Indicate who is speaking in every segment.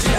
Speaker 1: 知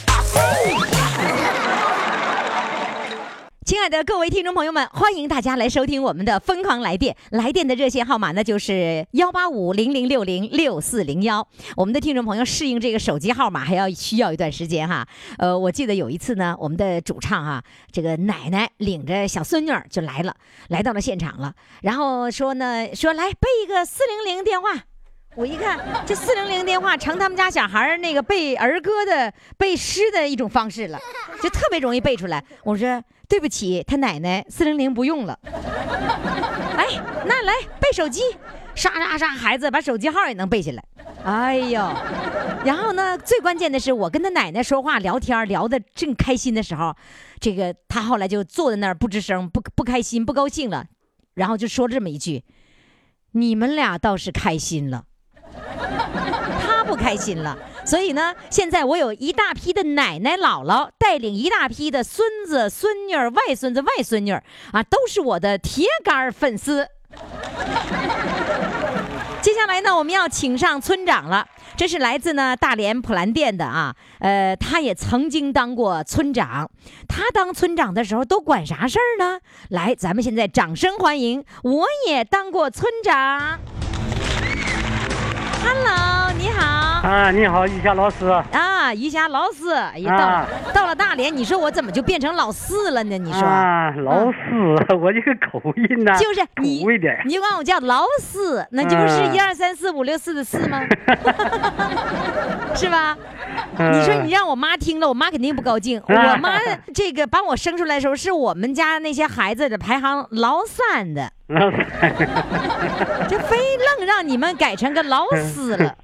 Speaker 1: 啊！呼
Speaker 2: 亲爱的各位听众朋友们，欢迎大家来收听我们的《疯狂来电》，来电的热线号码呢就是幺八五零零六零六四零幺。我们的听众朋友适应这个手机号码还要需要一段时间哈。呃，我记得有一次呢，我们的主唱哈、这个奶奶领着小孙女儿就来了，来到了现场了，然后说呢，说来背一个四零零电话。我一看这四零零电话成他们家小孩儿那个背儿歌的背诗的一种方式了，就特别容易背出来。我说对不起，他奶奶四零零不用了。哎，那来背手机，刷刷刷，孩子把手机号也能背下来。哎呦，然后呢，最关键的是我跟他奶奶说话聊天聊得正开心的时候，这个他后来就坐在那儿不吱声，不不开心，不高兴了，然后就说了这么一句：“你们俩倒是开心了。”他不开心了。所以呢，现在我有一大批的奶奶、姥姥，带领一大批的孙子、孙女儿、外孙子、外孙女儿啊，都是我的铁杆儿粉丝。接下来呢，我们要请上村长了。这是来自呢大连普兰店的啊，呃，他也曾经当过村长。他当村长的时候都管啥事儿呢？来，咱们现在掌声欢迎！我也当过村长。Hello，你好。
Speaker 3: 啊，你好，一下老师。
Speaker 2: 啊，余霞老四，哎呀，到了、
Speaker 3: 啊
Speaker 2: 到了大连，你说我怎么就变成老四了呢？你说，嗯
Speaker 3: 啊，老师， 我这个口音呢，
Speaker 2: 就是你
Speaker 3: 土一点，。
Speaker 2: 你就管我叫老四，那就不是
Speaker 3: 嗯
Speaker 2: 一二三四五六四的四 吗？是吧？
Speaker 3: 嗯
Speaker 2: 你说你让我妈听了，我妈肯定不高兴。我妈这个把我生出来的时候，是我们家那些孩子的排行老三的，
Speaker 3: 老师，
Speaker 2: 这非愣让你们改成个老
Speaker 3: 嗯
Speaker 2: 四 了。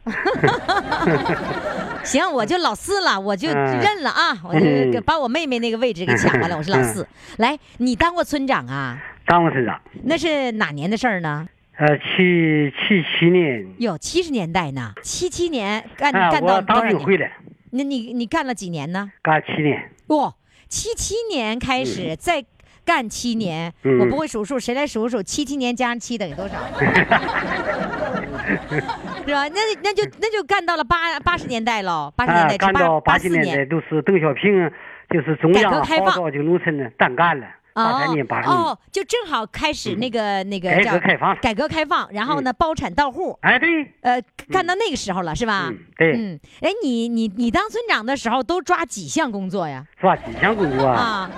Speaker 2: 行，我就老四了，我就
Speaker 3: 嗯
Speaker 2: 认了啊！我
Speaker 3: 嗯
Speaker 2: 就把我妹妹那个位置给抢回来，我是老四。来，你当过村长啊？
Speaker 3: 当过村长，
Speaker 2: 那是哪年的事儿呢？
Speaker 3: 呃，七七七年，
Speaker 2: 哟，七十年代呢，七七年干
Speaker 3: 啊，
Speaker 2: 干到
Speaker 3: 我
Speaker 2: 多
Speaker 3: 当
Speaker 2: 少
Speaker 3: 兵回
Speaker 2: 年？
Speaker 3: 来，
Speaker 2: 那你你干了几年呢？
Speaker 3: 干七年，
Speaker 2: 哇、七七年开始再干七年，
Speaker 3: 嗯
Speaker 2: 我不会数数，谁来数数？七七年加上七等于多少？是吧？那那就那就干到了八八十年代喽，八十年
Speaker 3: 啊
Speaker 2: 代，至
Speaker 3: 干
Speaker 2: 八
Speaker 3: 到八
Speaker 2: 四
Speaker 3: 十年代都是邓小平，就是中
Speaker 2: 改革
Speaker 3: 央
Speaker 2: 开放
Speaker 3: 号召这个农村呢单干了，八三
Speaker 2: 哦
Speaker 3: 年八十年，嗯
Speaker 2: 哦，就正好开始那个、那个
Speaker 3: 改革
Speaker 2: 叫
Speaker 3: 开放嗯
Speaker 2: 改革开放，然后呢，包产到户，
Speaker 3: 哎，对，
Speaker 2: 呃，干到那个时候了，是吧？
Speaker 3: 嗯，对，
Speaker 2: 嗯，哎，你你你当村长的时候都抓几项工作呀？
Speaker 3: 抓几项工作啊？
Speaker 2: 啊，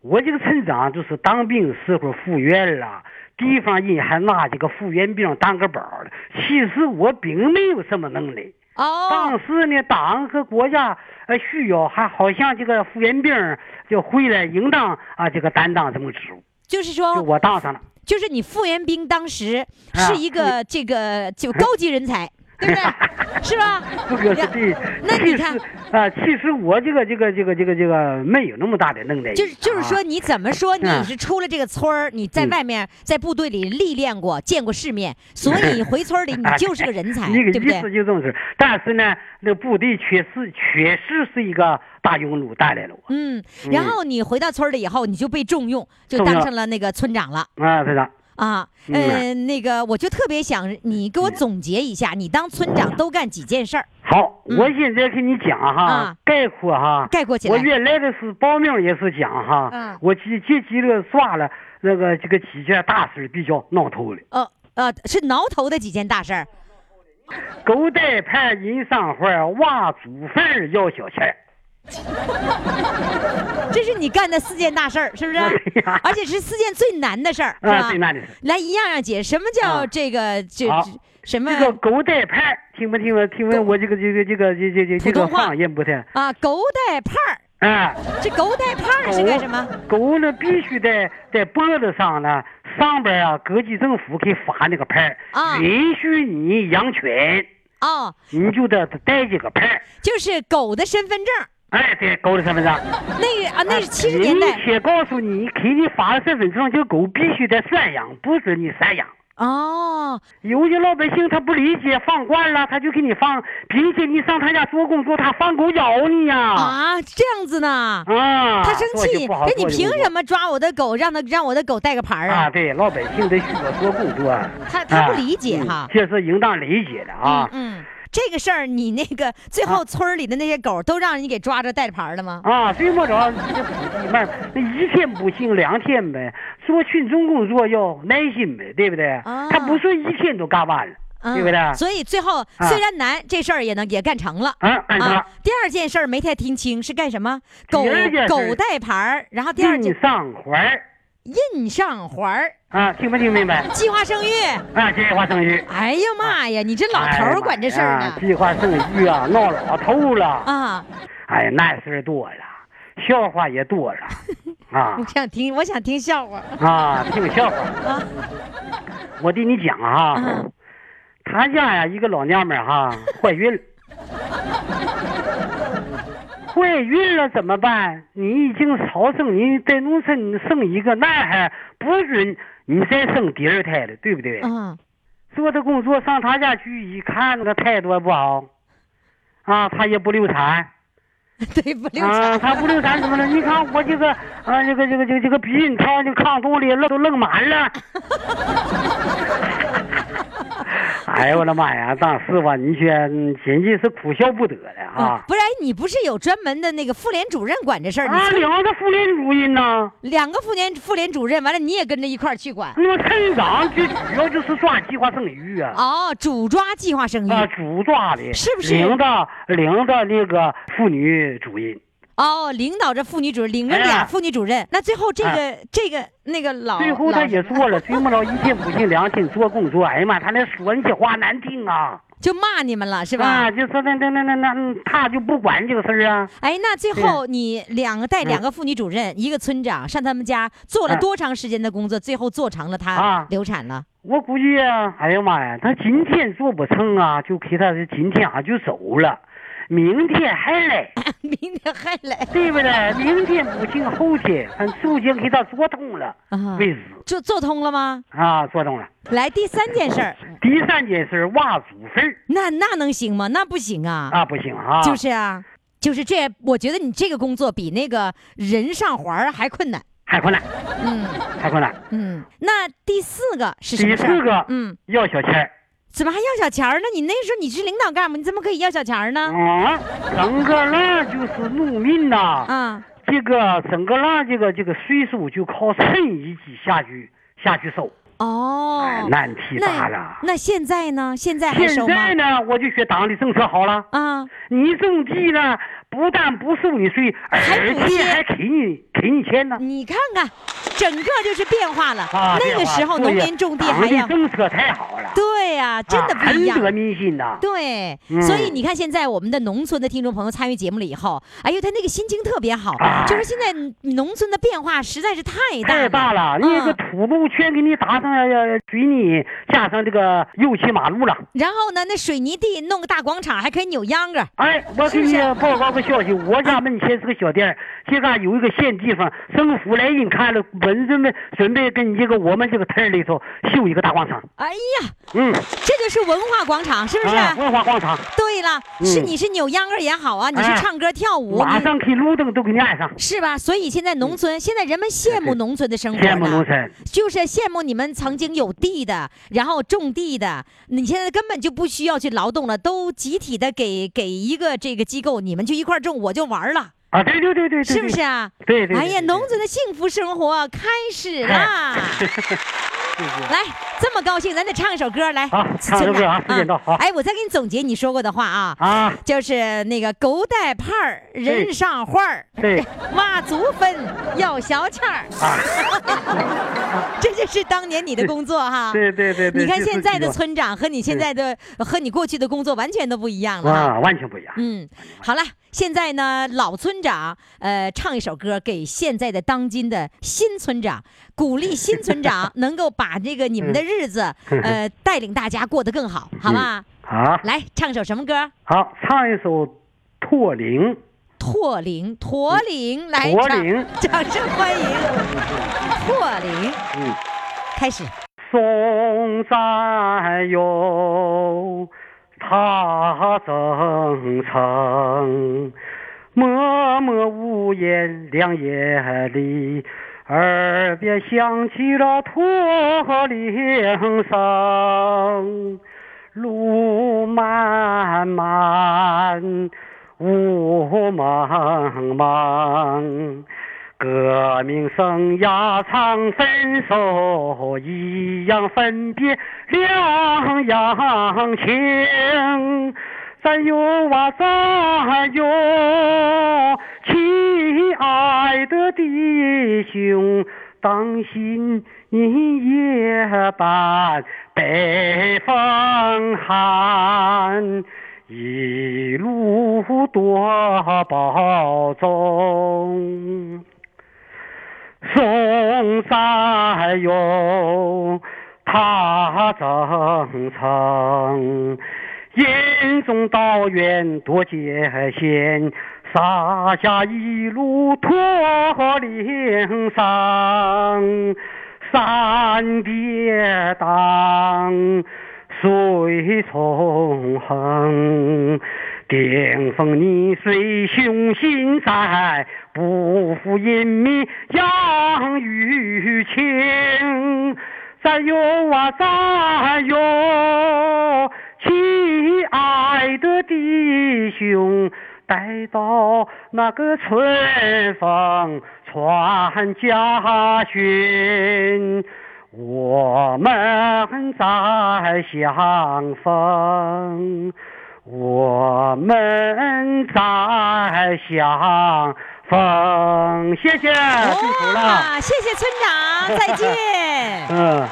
Speaker 3: 我这个村长就是当兵时候复员了，地方人还拿这个复员兵当个宝儿了。其实我并没有什么能力。
Speaker 2: 哦，
Speaker 3: 当时呢，党和国家呃需要，还好像这个复员兵儿就回来应当啊这个担当这么职务，
Speaker 2: 就是
Speaker 3: 就
Speaker 2: 说，
Speaker 3: 我当上了。
Speaker 2: 就是你复员兵当时
Speaker 3: 啊
Speaker 2: 是一个这个就高级人才，对不 对？是吧？
Speaker 3: 不可是对，
Speaker 2: 哦那你
Speaker 3: 其
Speaker 2: 看
Speaker 3: 实啊，其实我这个这个这个这个这个没有那么大的能耐。
Speaker 2: 就是就是说，
Speaker 3: 啊，
Speaker 2: 你怎么说你
Speaker 3: 嗯
Speaker 2: 是出了这个村儿，你在
Speaker 3: 嗯
Speaker 2: 外面在部队里历练过，见过世面，所以回村 儿里你就是个人才，
Speaker 3: 那个
Speaker 2: 对不
Speaker 3: 意
Speaker 2: 对嗯
Speaker 3: 思？就这么事儿。但是呢，那个部队确实确实是一个大庸碌带来了我。
Speaker 2: 嗯，然后你回到村儿里以后，你就被重用，就
Speaker 3: 重
Speaker 2: 当
Speaker 3: 用
Speaker 2: 上了那个村长了。
Speaker 3: 啊，队长，
Speaker 2: 啊，
Speaker 3: 嗯
Speaker 2: 呃，那个，我就特别想你给我总结一下，你当村长都干几件事儿？
Speaker 3: 好，
Speaker 2: 嗯
Speaker 3: 我现在给你讲
Speaker 2: 啊
Speaker 3: 哈，概括哈，
Speaker 2: 概括起
Speaker 3: 我
Speaker 2: 来。
Speaker 3: 原来的是报名也是讲哈，
Speaker 2: 嗯
Speaker 3: 我积积极的抓了那个这个几件大事比较闹头的，
Speaker 2: 呃呃，是挠头的几件大事儿。
Speaker 3: 狗带牌人上花，娃煮饭要小钱儿
Speaker 2: 这是你干的四件大事儿，是不是
Speaker 3: 对呀？
Speaker 2: 而且是四件最难的事儿，是
Speaker 3: 啊，
Speaker 2: 吧
Speaker 3: 最？难的是
Speaker 2: 来一样样解，什么叫
Speaker 3: 啊
Speaker 2: 这个这
Speaker 3: 好
Speaker 2: 这什么
Speaker 3: 这个狗带牌听没听闻？听闻我这个这个这个这这这这
Speaker 2: 普通
Speaker 3: 个
Speaker 2: 话
Speaker 3: 方言不太？
Speaker 2: 啊，狗带盼儿，
Speaker 3: 哎，
Speaker 2: 这狗带盼儿是干什么？
Speaker 3: 狗？狗呢必须在在脖子上呢，上边啊，各级政府给发那个牌儿，
Speaker 2: 啊
Speaker 3: 允许你养犬，
Speaker 2: 哦，
Speaker 3: 你就得带这个牌儿。
Speaker 2: 就是狗的身份证儿，
Speaker 3: 哎，对，狗的身份证。
Speaker 2: 那个啊，那是七十年
Speaker 3: 人
Speaker 2: 代
Speaker 3: 且告诉你，给你发的身份证，这狗必须得散养，不准你散养。
Speaker 2: 哦，
Speaker 3: 有些老百姓他不理解，放惯了他就给你放。平时你上他家做工作，他放狗咬你呀！啊，
Speaker 2: 啊，这样子呢？他生
Speaker 3: 做
Speaker 2: 气，
Speaker 3: 就不好
Speaker 2: 那你
Speaker 3: 做就
Speaker 2: 凭
Speaker 3: 不
Speaker 2: 什么抓我的狗，让他让我的狗带个牌儿
Speaker 3: 啊，
Speaker 2: 啊？
Speaker 3: 对，老百姓得许可做工作啊。
Speaker 2: 他他不
Speaker 3: 啊
Speaker 2: 理解哈
Speaker 3: 嗯这是应当理解的啊。
Speaker 2: 嗯，这个事儿你那个最后村儿里的那些狗都让你给抓着带牌儿了吗？
Speaker 3: 啊，最末着这土地卖，那一天不行，两天呗。做群众工作要耐心呗，对不对？
Speaker 2: 啊
Speaker 3: 他不是一天都干完了，
Speaker 2: 嗯
Speaker 3: 对不对？
Speaker 2: 所以最后
Speaker 3: 啊
Speaker 2: 虽然难，这事儿也能也干成了。
Speaker 3: 啊，干啥？
Speaker 2: 啊，第二件事儿没太听清是干什么？狗
Speaker 3: 第二件事
Speaker 2: 狗带牌儿，然后第二
Speaker 3: 印
Speaker 2: 件
Speaker 3: 上环儿
Speaker 2: 印上环儿，
Speaker 3: 啊，听没听明白？
Speaker 2: 计划生育。
Speaker 3: 啊，计划生育。
Speaker 2: 哎呀妈呀，你这老头儿管这事儿
Speaker 3: 哎呀妈呀
Speaker 2: 呢
Speaker 3: 计划生育啊，闹老头了。
Speaker 2: 啊！
Speaker 3: 哎呀，那事儿多了，笑话也多了。啊
Speaker 2: 我想听，我想听笑话
Speaker 3: 啊，听个笑话。
Speaker 2: 啊！
Speaker 3: 我对你讲啊
Speaker 2: 嗯，
Speaker 3: 他家呀一个老娘们儿哈怀孕了，怀孕了怎么办？你已经超生，你在农村你生一个男孩，不准你再生第二胎了，对不对？
Speaker 2: 啊，
Speaker 3: 做的工作上他家去一看，那个态度不好，啊，他也不留产。
Speaker 2: 对不溜达
Speaker 3: 啊，他不留咱怎么了？你看我这个，啊，这个这个这个这个避孕套，这个抗肚里愣都愣满了。哎呦我的妈呀！当时吧，你去嗯简直是哭笑不得的
Speaker 2: 啊
Speaker 3: 啊！
Speaker 2: 不然你不是有专门的那个妇联主任管这事儿？你
Speaker 3: 啊，
Speaker 2: 村
Speaker 3: 两个妇联主任呢，
Speaker 2: 两个妇联妇联主任，完了你也跟着一块儿去管。
Speaker 3: 那么村长最主要就是抓计划生育啊，
Speaker 2: 哦，主抓计划生育
Speaker 3: 啊，主抓的，
Speaker 2: 是不是
Speaker 3: 领着领着那个妇女主任，
Speaker 2: 哦，领导着妇女主任，领着
Speaker 3: 哎呀
Speaker 2: 俩妇女主任。那最后这个
Speaker 3: 哎
Speaker 2: 这个哦那个老
Speaker 3: 最后他
Speaker 2: 老
Speaker 3: 也做了，最末着一天不行两天做工作，哎呀妈，他那说那些话难听啊。
Speaker 2: 就骂你们了是吧
Speaker 3: 啊，？就说那那那那那，嗯他就不管这个事儿啊。
Speaker 2: 哎，那最后你两个带两个妇女主任，一个村长上他们家做了
Speaker 3: 嗯
Speaker 2: 多长时间的工作？最后做成了，她
Speaker 3: 啊
Speaker 2: 流产了。
Speaker 3: 我估计啊，哎呀妈呀，他今天做不成啊，就给他今天啊就走了，明天还来，
Speaker 2: 明天还来
Speaker 3: 对不对？
Speaker 2: 啊
Speaker 3: 明天不行，后天俺逐渐给他做通了
Speaker 2: 啊？
Speaker 3: 为止
Speaker 2: 做做通了吗？
Speaker 3: 啊，做通了。
Speaker 2: 来第三件事儿，
Speaker 3: 第三件事，挖祖坟儿
Speaker 2: 那那能行吗？那不行啊！
Speaker 3: 啊，不行啊，
Speaker 2: 就是啊，就是这，我觉得你这个工作比那个人上环儿还困难。
Speaker 3: 还困难，
Speaker 2: 嗯
Speaker 3: 还困难。
Speaker 2: 嗯，那第四个是什
Speaker 3: 第
Speaker 2: 么事儿？
Speaker 3: 四个，
Speaker 2: 嗯，
Speaker 3: 要小钱儿。
Speaker 2: 怎么还要小钱儿呢？你那时候你是领导干部，你怎么可以要小钱儿呢？
Speaker 3: 啊，整个那就是农民呐、
Speaker 2: 啊，
Speaker 3: 这个整个那这个这个税收就靠村一级下去下去收，哎
Speaker 2: 哦，
Speaker 3: 难题大
Speaker 2: 那
Speaker 3: 了。
Speaker 2: 那现在呢？现在还
Speaker 3: 现
Speaker 2: 收吗？
Speaker 3: 在呢，我就学党的政策好了，
Speaker 2: 啊，
Speaker 3: 你种地呢，不但不收你税，而
Speaker 2: 还补贴
Speaker 3: 且还给你给你钱呢。
Speaker 2: 你看看，整个就是变化了。
Speaker 3: 啊，
Speaker 2: 那
Speaker 3: 这
Speaker 2: 个
Speaker 3: 话
Speaker 2: 时候农
Speaker 3: 对呀
Speaker 2: 民种地
Speaker 3: 党
Speaker 2: 还
Speaker 3: 的
Speaker 2: 要，
Speaker 3: 政策太好了，
Speaker 2: 对呀、真的
Speaker 3: 啊
Speaker 2: 不一样。
Speaker 3: 很得民心呐。
Speaker 2: 对，
Speaker 3: 嗯
Speaker 2: 所以你看，现在我们的农村的听众朋友参与节目了以后，哎呦，他那个心情特别好，
Speaker 3: 哎
Speaker 2: 就是现在农村的变化实在是太大
Speaker 3: 太
Speaker 2: 了。
Speaker 3: 大了，那个
Speaker 2: 嗯
Speaker 3: 土路全给你打上呃水泥，加上这个油漆马路了。
Speaker 2: 然后呢，那水泥地弄个大广场，还可以扭秧歌。
Speaker 3: 哎，我
Speaker 2: 是
Speaker 3: 给
Speaker 2: 不是
Speaker 3: 你报告个 消息，我家门前是个小店儿，这嘎有一个县地方，政府来人看了，本准备准备跟这个我们这个屯儿里头修一个大广场，
Speaker 2: 哎呀，
Speaker 3: 嗯，
Speaker 2: 这就是文化广场，是不是？
Speaker 3: 啊文化广场，
Speaker 2: 对了，
Speaker 3: 嗯
Speaker 2: 是你是扭秧歌也好啊，你是
Speaker 3: 哎
Speaker 2: 唱歌跳舞，
Speaker 3: 马
Speaker 2: 你
Speaker 3: 上给路灯都给你安上，
Speaker 2: 是吧？所以现在农村，现在人们羡慕农村的生活
Speaker 3: 嗯羡慕农
Speaker 2: 呢，
Speaker 3: 村。
Speaker 2: 就是羡慕你们曾经有地的，然后种地的，你现在根本就不需要去劳动了，都集体的给给一个这个机构，你们就一块儿种，我就玩儿了，
Speaker 3: 啊，对对对对对，
Speaker 2: 是不
Speaker 3: 对
Speaker 2: 是？啊？
Speaker 3: 对对对
Speaker 2: 哎呀，
Speaker 3: 对
Speaker 2: 农村的幸福生活开始
Speaker 3: 哎
Speaker 2: 啦！
Speaker 3: 谢谢。
Speaker 2: 来，这么高兴，咱得唱一首歌来。
Speaker 3: 好唱首歌啊
Speaker 2: 真的
Speaker 3: 时间到好
Speaker 2: 哎，我再给你总结你说过的话啊，
Speaker 3: 啊，
Speaker 2: 就是那个狗带盼儿，人上画儿，
Speaker 3: 对，
Speaker 2: 挖足分，要小钱儿。 这就是当年你的工作哈。
Speaker 3: 啊对对对对
Speaker 2: 你看
Speaker 3: 就是
Speaker 2: 现在
Speaker 3: 这
Speaker 2: 的
Speaker 3: 个
Speaker 2: 村长和你现在的和你过去的工作完全都不一样了哈。
Speaker 3: 哇，完全不一样。
Speaker 2: 嗯，好了，现在呢，老村长呃唱一首歌给现在的当今的新村长，鼓励新村长能够把这个你们的日 子
Speaker 3: 嗯
Speaker 2: 呃带领大家过得更好，好吧？
Speaker 3: 好，
Speaker 2: 来唱首什么歌？
Speaker 3: 好，唱一首《驼铃》。
Speaker 2: 驼铃，驼铃，来
Speaker 3: 嗯驼
Speaker 2: 唱
Speaker 3: 铃，
Speaker 2: 掌声欢迎，驼铃，
Speaker 3: 嗯，
Speaker 2: 开始，
Speaker 3: 松山哟，它征程，默默无言两夜里，耳边响起了驼铃声。路漫漫，雾茫茫，革命生涯长，分手一样，分别两样情。咱有啊，咱有亲爱的弟兄，当心你夜半北风寒，一路多保重。松山哟，踏征程，眼中道远多艰险，洒下一路驼铃声，山跌宕。水纵横，顶风逆水，雄心在，不负人民养育情。咱有啊，咱有，亲爱的弟兄，待到那个春风传家训。我们再相逢，我们再相逢。谢谢，辛苦了。
Speaker 2: 哇，谢谢村长，再见。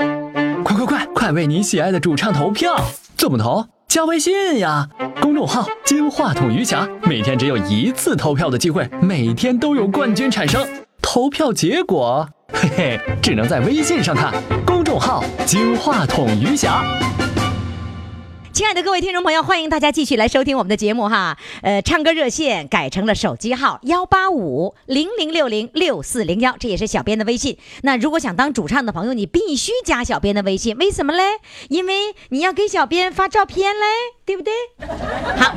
Speaker 3: 嗯，
Speaker 4: 快快快，快为你喜爱的主唱投票！怎么投？加微信呀，公众号“金话筒余霞”，每天只有一次投票的机会，每天都有冠军产生。投票结果，嘿嘿，只能在微信上看。公众号“金话筒余霞”。
Speaker 2: 亲爱的各位听众朋友，欢迎大家继续来收听我们的节目哈。呃，唱歌热线改成了手机号幺八五零零六零六四零幺，这也是小编的微信。那如果想当主唱的朋友，你必须加小编的微信，为什么嘞？因为你要给小编发照片嘞，对不对？好，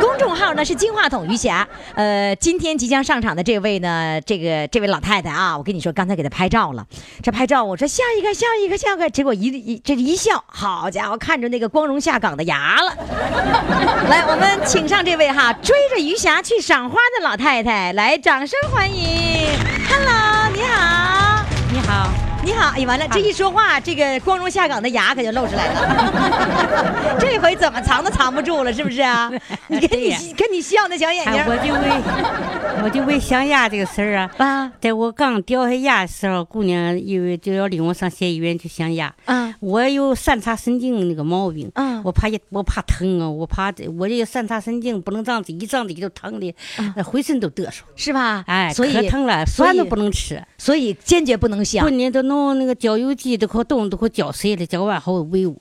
Speaker 2: 公众号呢是金话筒余霞。呃，今天即将上场的这位呢，这个这位老太太啊，我跟你说，刚才给她拍照了。这拍照，我说笑一个，笑一个，笑一个，结果一一这一笑，好家伙，看着那个光荣下岗的牙了。 来，我们请上这位哈，追着余霞去赏花的老太太，来，掌声欢迎。Hello，你好，你好，你好。哎呀，完了，这一说话，这个光荣下岗的牙可就露出来了。这回怎么藏都藏不住了，是不是啊？你跟
Speaker 5: 对呀
Speaker 2: 你跟你笑那小眼
Speaker 5: 哎，我
Speaker 2: 睛
Speaker 5: 就为我就为想牙这个事儿啊，
Speaker 2: 啊
Speaker 5: 在我刚掉下牙的时候，姑娘因为就要领我上县医院去想牙。
Speaker 2: 啊
Speaker 5: 我有三叉神经那个毛病，
Speaker 2: 嗯
Speaker 5: 我怕也我怕疼啊，我怕这我这个三叉神经不能张嘴，一张嘴就疼的，那浑身都得瑟。
Speaker 2: 是吧？
Speaker 5: 哎，
Speaker 2: 啊所
Speaker 5: 可
Speaker 2: 以
Speaker 5: 疼了，
Speaker 2: 所
Speaker 5: 饭都
Speaker 2: 以
Speaker 5: 不能吃，
Speaker 2: 所以坚决不能笑
Speaker 5: 过。年都弄那个绞油机都给我冻，都给我绞碎了，绞完后喂我。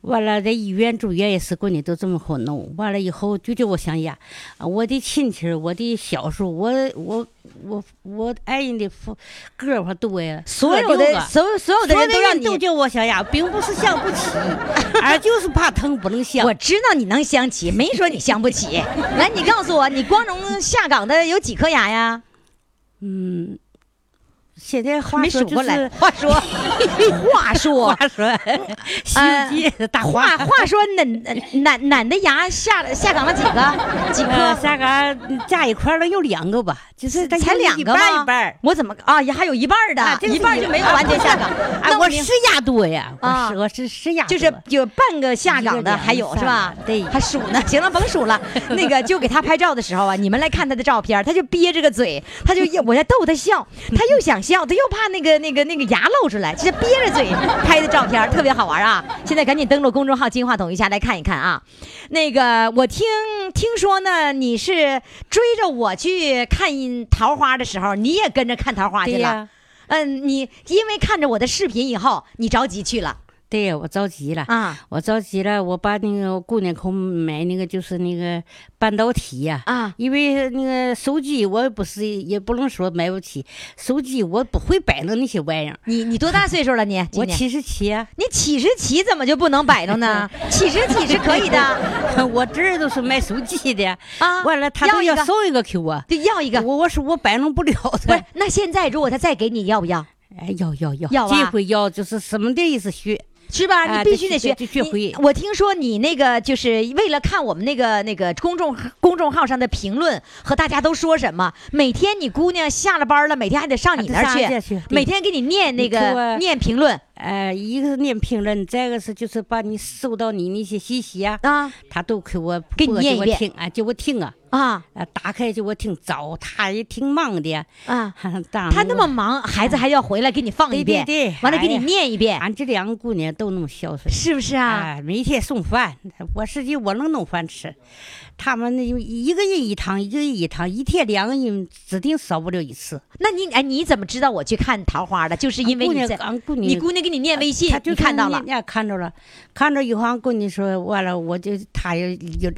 Speaker 5: 完了，在医院住院也是，过年都这么给我弄。完了以后，就叫我想呀，啊我的亲戚儿，我的小叔，我我我我爱人的父哥儿还多呀，
Speaker 2: 所有
Speaker 5: 各六
Speaker 2: 的
Speaker 5: 个
Speaker 2: 所有所有的
Speaker 5: 所
Speaker 2: 人
Speaker 5: 有的
Speaker 2: 都让
Speaker 5: 人
Speaker 2: 你
Speaker 5: 都叫我想呀，并不是想不起， 而就是怕疼不能想
Speaker 2: 我。知道你能想起，没说你想不起。来，你告诉我，你光荣下岗的有几颗牙呀？
Speaker 5: 嗯，现在话
Speaker 2: 没
Speaker 5: 说
Speaker 2: 数
Speaker 5: 就
Speaker 2: 过来，
Speaker 5: 是
Speaker 2: 话说，话说，
Speaker 5: 话说 《西
Speaker 2: 呃
Speaker 5: 游记》大话
Speaker 2: 话话说男男男的牙下下岗了几个？几
Speaker 5: 呃，
Speaker 2: 颗？
Speaker 5: 三个加一块儿了有两个吧，就是它
Speaker 2: 才
Speaker 5: 有
Speaker 2: 两
Speaker 5: 一
Speaker 2: 个
Speaker 5: 半
Speaker 2: 吗？
Speaker 5: 一半儿。
Speaker 2: 我怎么啊？还有一半儿
Speaker 5: 啊
Speaker 2: 的，
Speaker 5: 这个
Speaker 2: 一半儿就没有完全 下岗。
Speaker 5: 哎，
Speaker 2: 那
Speaker 5: 我
Speaker 2: 明
Speaker 5: 是压多呀，
Speaker 2: 啊
Speaker 5: 我是我是是压多，
Speaker 2: 就是有半个下岗
Speaker 5: 一个
Speaker 2: 的，
Speaker 5: 两个
Speaker 2: 还有是吧
Speaker 5: 下？对
Speaker 2: 还数呢。 行了，甭数了。那个就给他拍照的时候啊，你们来看他的照片，他就憋着个嘴，他就我在逗他笑，他又想笑，他又怕那个那个那个牙露出来，就是憋着嘴拍的照片，特别好玩啊！现在赶紧登录公众号“金话筒一下”来看一看啊。那个我听听说呢，你是追着我去看桃花的时候，你也跟着看桃花去
Speaker 5: 对
Speaker 2: 了
Speaker 5: 呀。
Speaker 2: 嗯，你因为看着我的视频以后，你着急去了
Speaker 5: 对呀，我着急了，
Speaker 2: 啊
Speaker 5: 我着急了，我把那个姑娘给我买那个就是那个半导体呀、
Speaker 2: 啊！
Speaker 5: 因为那个手机我也不是，也不能说买不起，手机我不会摆弄那些玩意儿。
Speaker 2: 你你多大岁数了你？今
Speaker 5: 我
Speaker 2: 年
Speaker 5: 七十七啊，
Speaker 2: 你起十起怎么就不能摆弄呢？起十起是可以的，
Speaker 5: 我侄儿都是卖手机的
Speaker 2: 啊
Speaker 5: 完了他都
Speaker 2: 要一
Speaker 5: 要
Speaker 2: 个
Speaker 5: 送一个给我，
Speaker 2: 得要一个。
Speaker 5: 我我说我摆弄不了
Speaker 2: 不是
Speaker 5: 的，，
Speaker 2: 那现在如果他再给你，要不要？
Speaker 5: 哎，要要要，
Speaker 2: 要啊
Speaker 5: 这回要就是什么的意思学，
Speaker 2: 是吧？
Speaker 5: 啊
Speaker 2: 你必须得学。
Speaker 5: 得学得学会
Speaker 2: 你我听说你那个就是为了看我们那个那个公众公众号上的评论和大家都说什么，每天你姑娘下了班了，每天还得上你那
Speaker 5: 啊上
Speaker 2: 儿
Speaker 5: 这
Speaker 2: 去
Speaker 5: 去，对
Speaker 2: 每天给你念那
Speaker 5: 你给
Speaker 2: 个
Speaker 5: 我
Speaker 2: 念评论
Speaker 5: 呃，一个是念评论，再一个是就是把你收到你那些信息啊，
Speaker 2: 啊
Speaker 5: 他都给我
Speaker 2: 给你
Speaker 5: 播
Speaker 2: 念一
Speaker 5: 我
Speaker 2: 遍
Speaker 5: 听啊，叫我听啊，
Speaker 2: 啊
Speaker 5: 啊，打开叫我听，早他也挺忙 的，
Speaker 2: 啊！
Speaker 5: 当
Speaker 2: 他那么
Speaker 5: 我
Speaker 2: 忙，孩子还要回来给你放一遍，
Speaker 5: 啊对对对
Speaker 2: 完了给你
Speaker 5: 哎呀
Speaker 2: 念一遍，
Speaker 5: 俺这两个姑娘都那么孝顺。
Speaker 2: 是不是啊？
Speaker 5: 啊，每天送饭，我实际我能弄饭吃。他们那就一个人一趟，一个人一趟，一天两个人指定少不了一次。
Speaker 2: 那你哎，你怎么知道我去看桃花的？就是因为
Speaker 5: 姑
Speaker 2: 你
Speaker 5: 娘
Speaker 2: 在，
Speaker 5: 俺姑娘
Speaker 2: 你姑娘给你念微信
Speaker 5: 他，就
Speaker 2: 你看到了
Speaker 5: 哎，看着了，看着以后俺姑娘说完了，我就他也有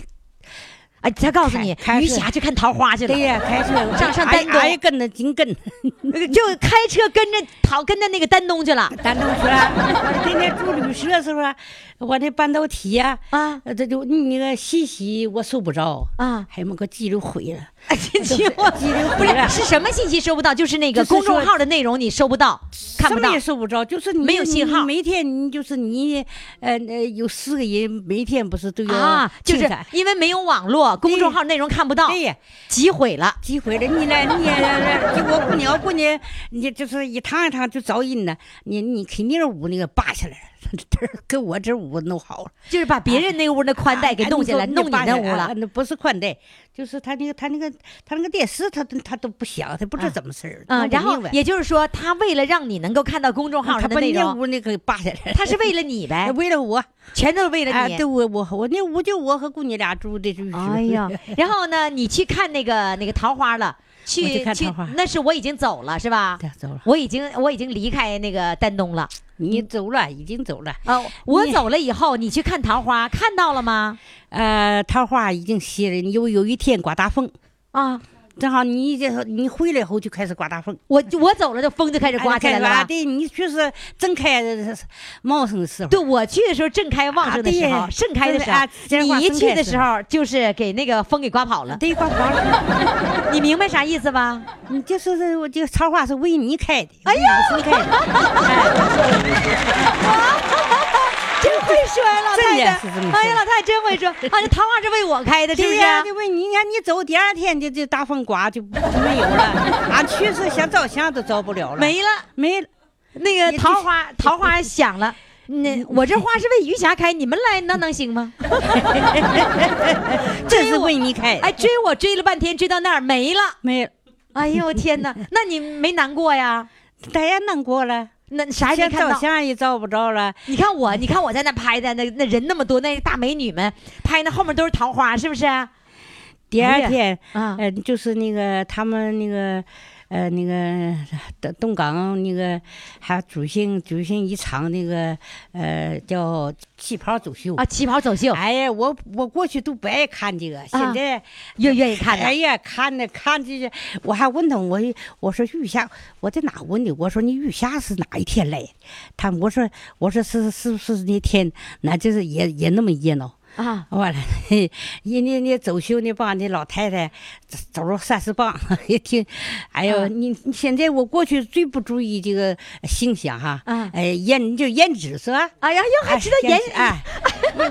Speaker 2: 哎，他告诉你
Speaker 5: 开，开
Speaker 2: 余
Speaker 5: 始
Speaker 2: 霞去看桃花去了
Speaker 5: 对，呀，开车
Speaker 2: 上上
Speaker 5: 俺
Speaker 2: 丹东
Speaker 5: 俺也跟着紧跟，
Speaker 2: 就开车跟着桃跟着那个丹东去了
Speaker 5: 丹东去了。我 天天住旅社是吧？我那半导体呀、
Speaker 2: 啊
Speaker 5: 呃这就那个信息我收不着，
Speaker 2: 啊！
Speaker 5: 还么给记录毁 了。
Speaker 2: 哎进去我
Speaker 5: 记录
Speaker 2: 不
Speaker 5: 毁了
Speaker 2: 是是什么信息收不到？就是那个
Speaker 5: 就是说
Speaker 2: 公众号的内容你收不到，看不
Speaker 5: 什
Speaker 2: 到
Speaker 5: 么也收不着，就是你
Speaker 2: 没有信号
Speaker 5: 你每天你就是你，呃呃，有四个人，每天不是都要
Speaker 2: 啊，就
Speaker 5: 竞
Speaker 2: 是
Speaker 5: 赛
Speaker 2: 因为没有网络，公众号内容看不到，
Speaker 5: 对呀，
Speaker 2: 急毁了。
Speaker 5: 机会了，你来，你来来，来就我姑娘，我姑娘，你就是一趟一趟就找人呢，你你肯定是屋那个扒下来了， 这儿给我这屋弄好了，
Speaker 2: 就是把别人那屋的宽带给
Speaker 5: 哎
Speaker 2: 弄起来，
Speaker 5: 给
Speaker 2: 弄你
Speaker 5: 扒
Speaker 2: 那
Speaker 5: 下
Speaker 2: 屋
Speaker 5: 来 啊
Speaker 2: 了。
Speaker 5: 那不是宽带，就是他那个他那个他那个电视，他都他都不响，他不知道怎么事儿，
Speaker 2: 嗯，
Speaker 5: 弄不
Speaker 2: 然后
Speaker 5: 明白啊
Speaker 2: 也就是说，他为了让你能够看到公众号
Speaker 5: 他
Speaker 2: 上的
Speaker 5: 把
Speaker 2: 内
Speaker 5: 你
Speaker 2: 容，
Speaker 5: 屋那个扒下来了，，
Speaker 2: 他是为了你呗
Speaker 5: 为了我。
Speaker 2: 全都是为了
Speaker 5: 啊，
Speaker 2: 你。
Speaker 5: 对我我我那屋就我和姑娘俩住的，就是。
Speaker 2: 哎呀，然后呢，你去看那个那个桃花了，
Speaker 5: 我
Speaker 2: 去
Speaker 5: 去看桃花
Speaker 2: 那是我已经走了是吧
Speaker 5: 对？走了，
Speaker 2: 我已经我已经离开那个丹东了
Speaker 5: 你走了，已经走了。
Speaker 2: 啊、我
Speaker 5: 哦你
Speaker 2: 走了以后，你去看桃花，看到了吗？
Speaker 5: 呃，桃花已经谢了，有有一天刮大风，
Speaker 2: 啊，
Speaker 5: 正好你这你回来后就开始刮大风，
Speaker 2: 我我走了，这风就开始刮起来了吧
Speaker 5: 哎。对，你就是正开茂盛的时候。
Speaker 2: 对，我去的时候正开旺盛的时候，
Speaker 5: 啊对
Speaker 2: 盛开的时候，
Speaker 5: 啊这花
Speaker 2: 你一
Speaker 5: 盛
Speaker 2: 去
Speaker 5: 开
Speaker 2: 的
Speaker 5: 的
Speaker 2: 时
Speaker 5: 时候
Speaker 2: 候就是给那个风给刮跑了。
Speaker 5: 对，刮黄了，
Speaker 2: 你明白啥意思吧？
Speaker 5: 你就是我这个桃花是为你开的，
Speaker 2: 哎呀
Speaker 5: 为你开的，
Speaker 2: 真会说呀，老
Speaker 5: 真
Speaker 2: 太
Speaker 5: 的
Speaker 2: 太
Speaker 5: 是这么！说
Speaker 2: 哎呀，老太太真会 说啊！这桃花是为我开的，是不是？
Speaker 5: 对呀，就为你，你看你走第二天就就大风刮就就没 有了，俺去是想照相都照不了了，
Speaker 2: 没了。
Speaker 5: 没了。
Speaker 2: 那个
Speaker 5: 也
Speaker 2: 桃
Speaker 5: 就是
Speaker 2: 花，桃花响 了。那我这花是为余霞开，你们来那能行吗？
Speaker 5: 这是为你开，
Speaker 2: 哎，，追我追了半天，追到那儿没了。
Speaker 5: 没了，
Speaker 2: 哎呦我天哪！那你没难过呀？
Speaker 5: 大家难过了，
Speaker 2: 那啥也
Speaker 5: 想
Speaker 2: 没看
Speaker 5: 照
Speaker 2: 到。
Speaker 5: 相也照不着了，
Speaker 2: 你看我，你看我在那拍的，那那人那么多，那大美女们拍那后面都是桃花，是不是？
Speaker 5: 第
Speaker 2: 哎
Speaker 5: 二
Speaker 2: 呀
Speaker 5: 天，
Speaker 2: 啊
Speaker 5: 呃，就是那个他们那个，呃，那个呃东东港那个还举行举行一场那个呃叫旗袍走秀
Speaker 2: 啊，。旗袍走秀，
Speaker 5: 哎呀，我我过去都不爱看这个，现在、
Speaker 2: 啊越愿意看
Speaker 5: 哎
Speaker 2: 的。
Speaker 5: 呀，看的看这些，我还问他，我我说玉霞，我在哪问的？我说你玉霞是哪一天来？他我说我说是是是那天，那就是也也那么热闹。
Speaker 2: 啊，
Speaker 5: 完了，你你你走秀那帮那老太太走走三四磅， 也挺，哎呦，
Speaker 2: 啊
Speaker 5: 你你现在我过去最不注意这个形象哈，
Speaker 2: 啊
Speaker 5: 哎颜就颜值是吧？
Speaker 2: 哎呀哟，还知道颜
Speaker 5: 哎，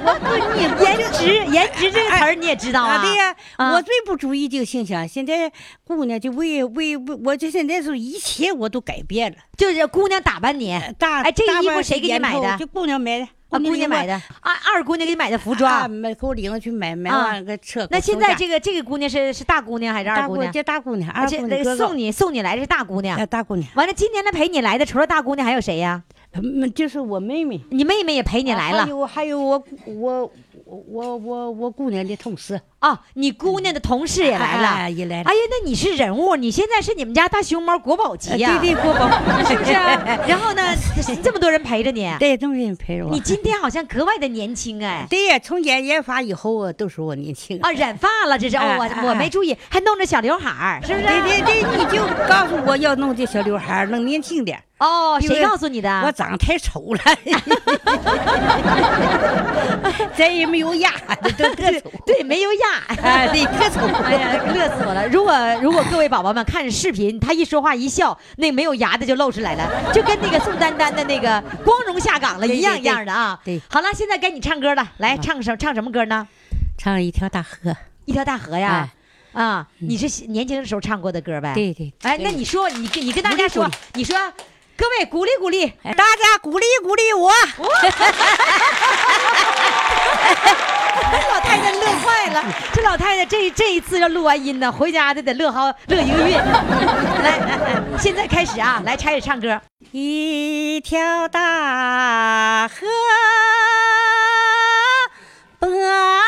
Speaker 2: 颜值颜值这个词儿你也知道啊？
Speaker 5: 对呀、
Speaker 2: 啊
Speaker 5: 我最不注意这个形象。现在姑娘就为为为，我就现在是一切我都改变了。
Speaker 2: 就是姑娘打扮你，
Speaker 5: 大
Speaker 2: 哎，这
Speaker 5: 大
Speaker 2: 个衣服
Speaker 5: 半
Speaker 2: 谁给你
Speaker 5: 年
Speaker 2: 买
Speaker 5: 头
Speaker 2: 的？
Speaker 5: 就姑娘买的，
Speaker 2: 啊，姑
Speaker 5: 领
Speaker 2: 娘
Speaker 5: 我
Speaker 2: 买的，啊，二姑娘给你买的服
Speaker 5: 啊，
Speaker 2: 装。
Speaker 5: 买给我领去买买
Speaker 2: 啊
Speaker 5: 完了个车。
Speaker 2: 那现在
Speaker 5: 个
Speaker 2: 这个这个姑娘是是大姑娘还是
Speaker 5: 大
Speaker 2: 二姑
Speaker 5: 姑
Speaker 2: 娘？
Speaker 5: 这大姑娘，
Speaker 2: 啊
Speaker 5: 二
Speaker 2: 这
Speaker 5: 姑
Speaker 2: 那
Speaker 5: 娘
Speaker 2: 个
Speaker 5: 哥哥
Speaker 2: 送你啊送你来是大姑
Speaker 5: 哎
Speaker 2: 娘。
Speaker 5: 大姑娘，
Speaker 2: 完了，今年来陪你来的除了大姑娘还有谁呀？
Speaker 5: 嗯，就是我妹妹。
Speaker 2: 你妹妹也陪你
Speaker 5: 啊
Speaker 2: 来
Speaker 5: 还
Speaker 2: 了
Speaker 5: 有还有我我我我我姑娘的同事
Speaker 2: 哦，你姑娘的同事也来
Speaker 5: 哎哎
Speaker 2: 了。
Speaker 5: 也来了。
Speaker 2: 哎呀，那你是人物，你现在是你们家大熊猫国宝级
Speaker 5: 呃
Speaker 2: 呀，
Speaker 5: 对对，国宝
Speaker 2: 是 不是？
Speaker 5: 啊
Speaker 2: 然后呢，这么多人陪着你，
Speaker 5: 对，这么人陪着我
Speaker 2: 你。今天好像格外的年轻哎。
Speaker 5: 对呀，从染染发以后啊，都说我年轻。
Speaker 2: 啊，染发了，这是哦
Speaker 5: 哎，哎
Speaker 2: 我我没注意，还弄着小刘海儿，是不是？
Speaker 5: 对对对，你就告诉我要弄这小刘海儿，弄年轻点儿。
Speaker 2: 哦，
Speaker 5: 因为
Speaker 2: 谁告诉你的？
Speaker 5: 我长得太丑了， 咱也没有牙，都 特丑。
Speaker 2: 对，没有牙。
Speaker 5: 啊，对，特丑。
Speaker 2: 哎呀，乐死我了！如果如果各位宝宝们看视频，他一说话一笑，那没有牙的就露出来了，就跟那个宋丹丹的那个光荣下岗了
Speaker 5: 对对
Speaker 2: 一样一样的啊。
Speaker 5: 对对
Speaker 2: 好了，现在该你唱歌了，来唱什唱什么歌呢？
Speaker 5: 唱一条大河，
Speaker 2: 一条大河呀，啊，你是年轻的时候唱过的歌呗？。
Speaker 5: 哎对对。
Speaker 2: 哎，那你说，你跟你跟大
Speaker 5: 鼓
Speaker 2: 家
Speaker 5: 励
Speaker 2: 说
Speaker 5: 鼓励，
Speaker 2: 你说，各位鼓励鼓励，
Speaker 5: 哎大家鼓励鼓励我。
Speaker 2: 老太太乐坏了，这老太太这这一次要录完音呢，回家都得乐好乐一个月。 来，现在开始啊，来开始唱歌。
Speaker 5: 一条大河波浪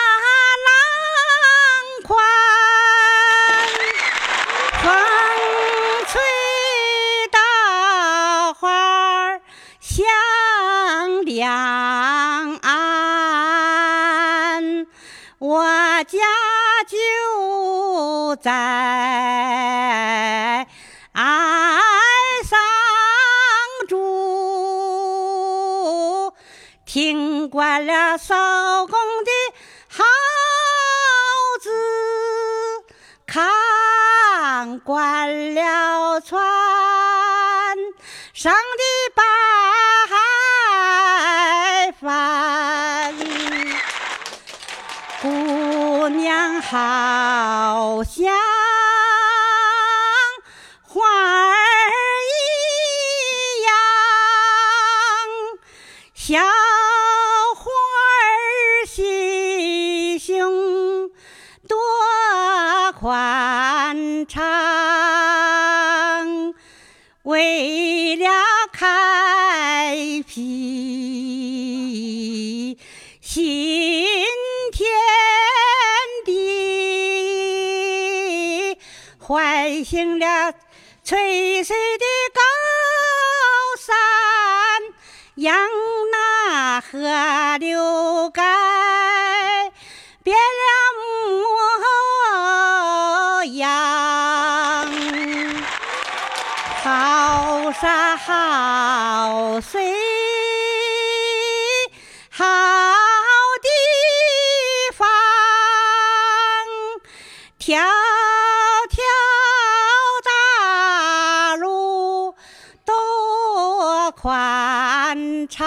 Speaker 5: 宽，风吹稻花儿香两岸。我家就在岸上住，听惯了艄公的号子，看惯了船上的白帆。姑娘好像花儿一样，小花儿心胸多宽敞。为了开辟新天地，唤醒了垂垂的高山，让那河流改变了模样。好山好水好地方，条条大路多宽敞。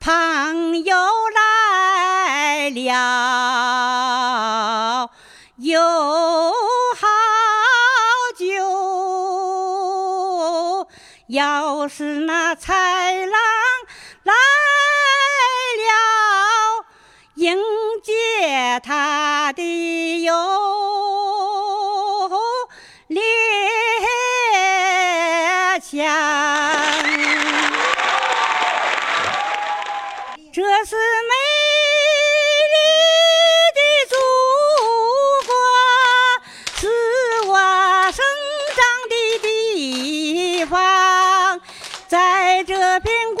Speaker 5: 朋友来了，有好酒。要是那豺狼来了，迎接他的有猎枪。这是美丽的祖国，是我生长的地方，在这片古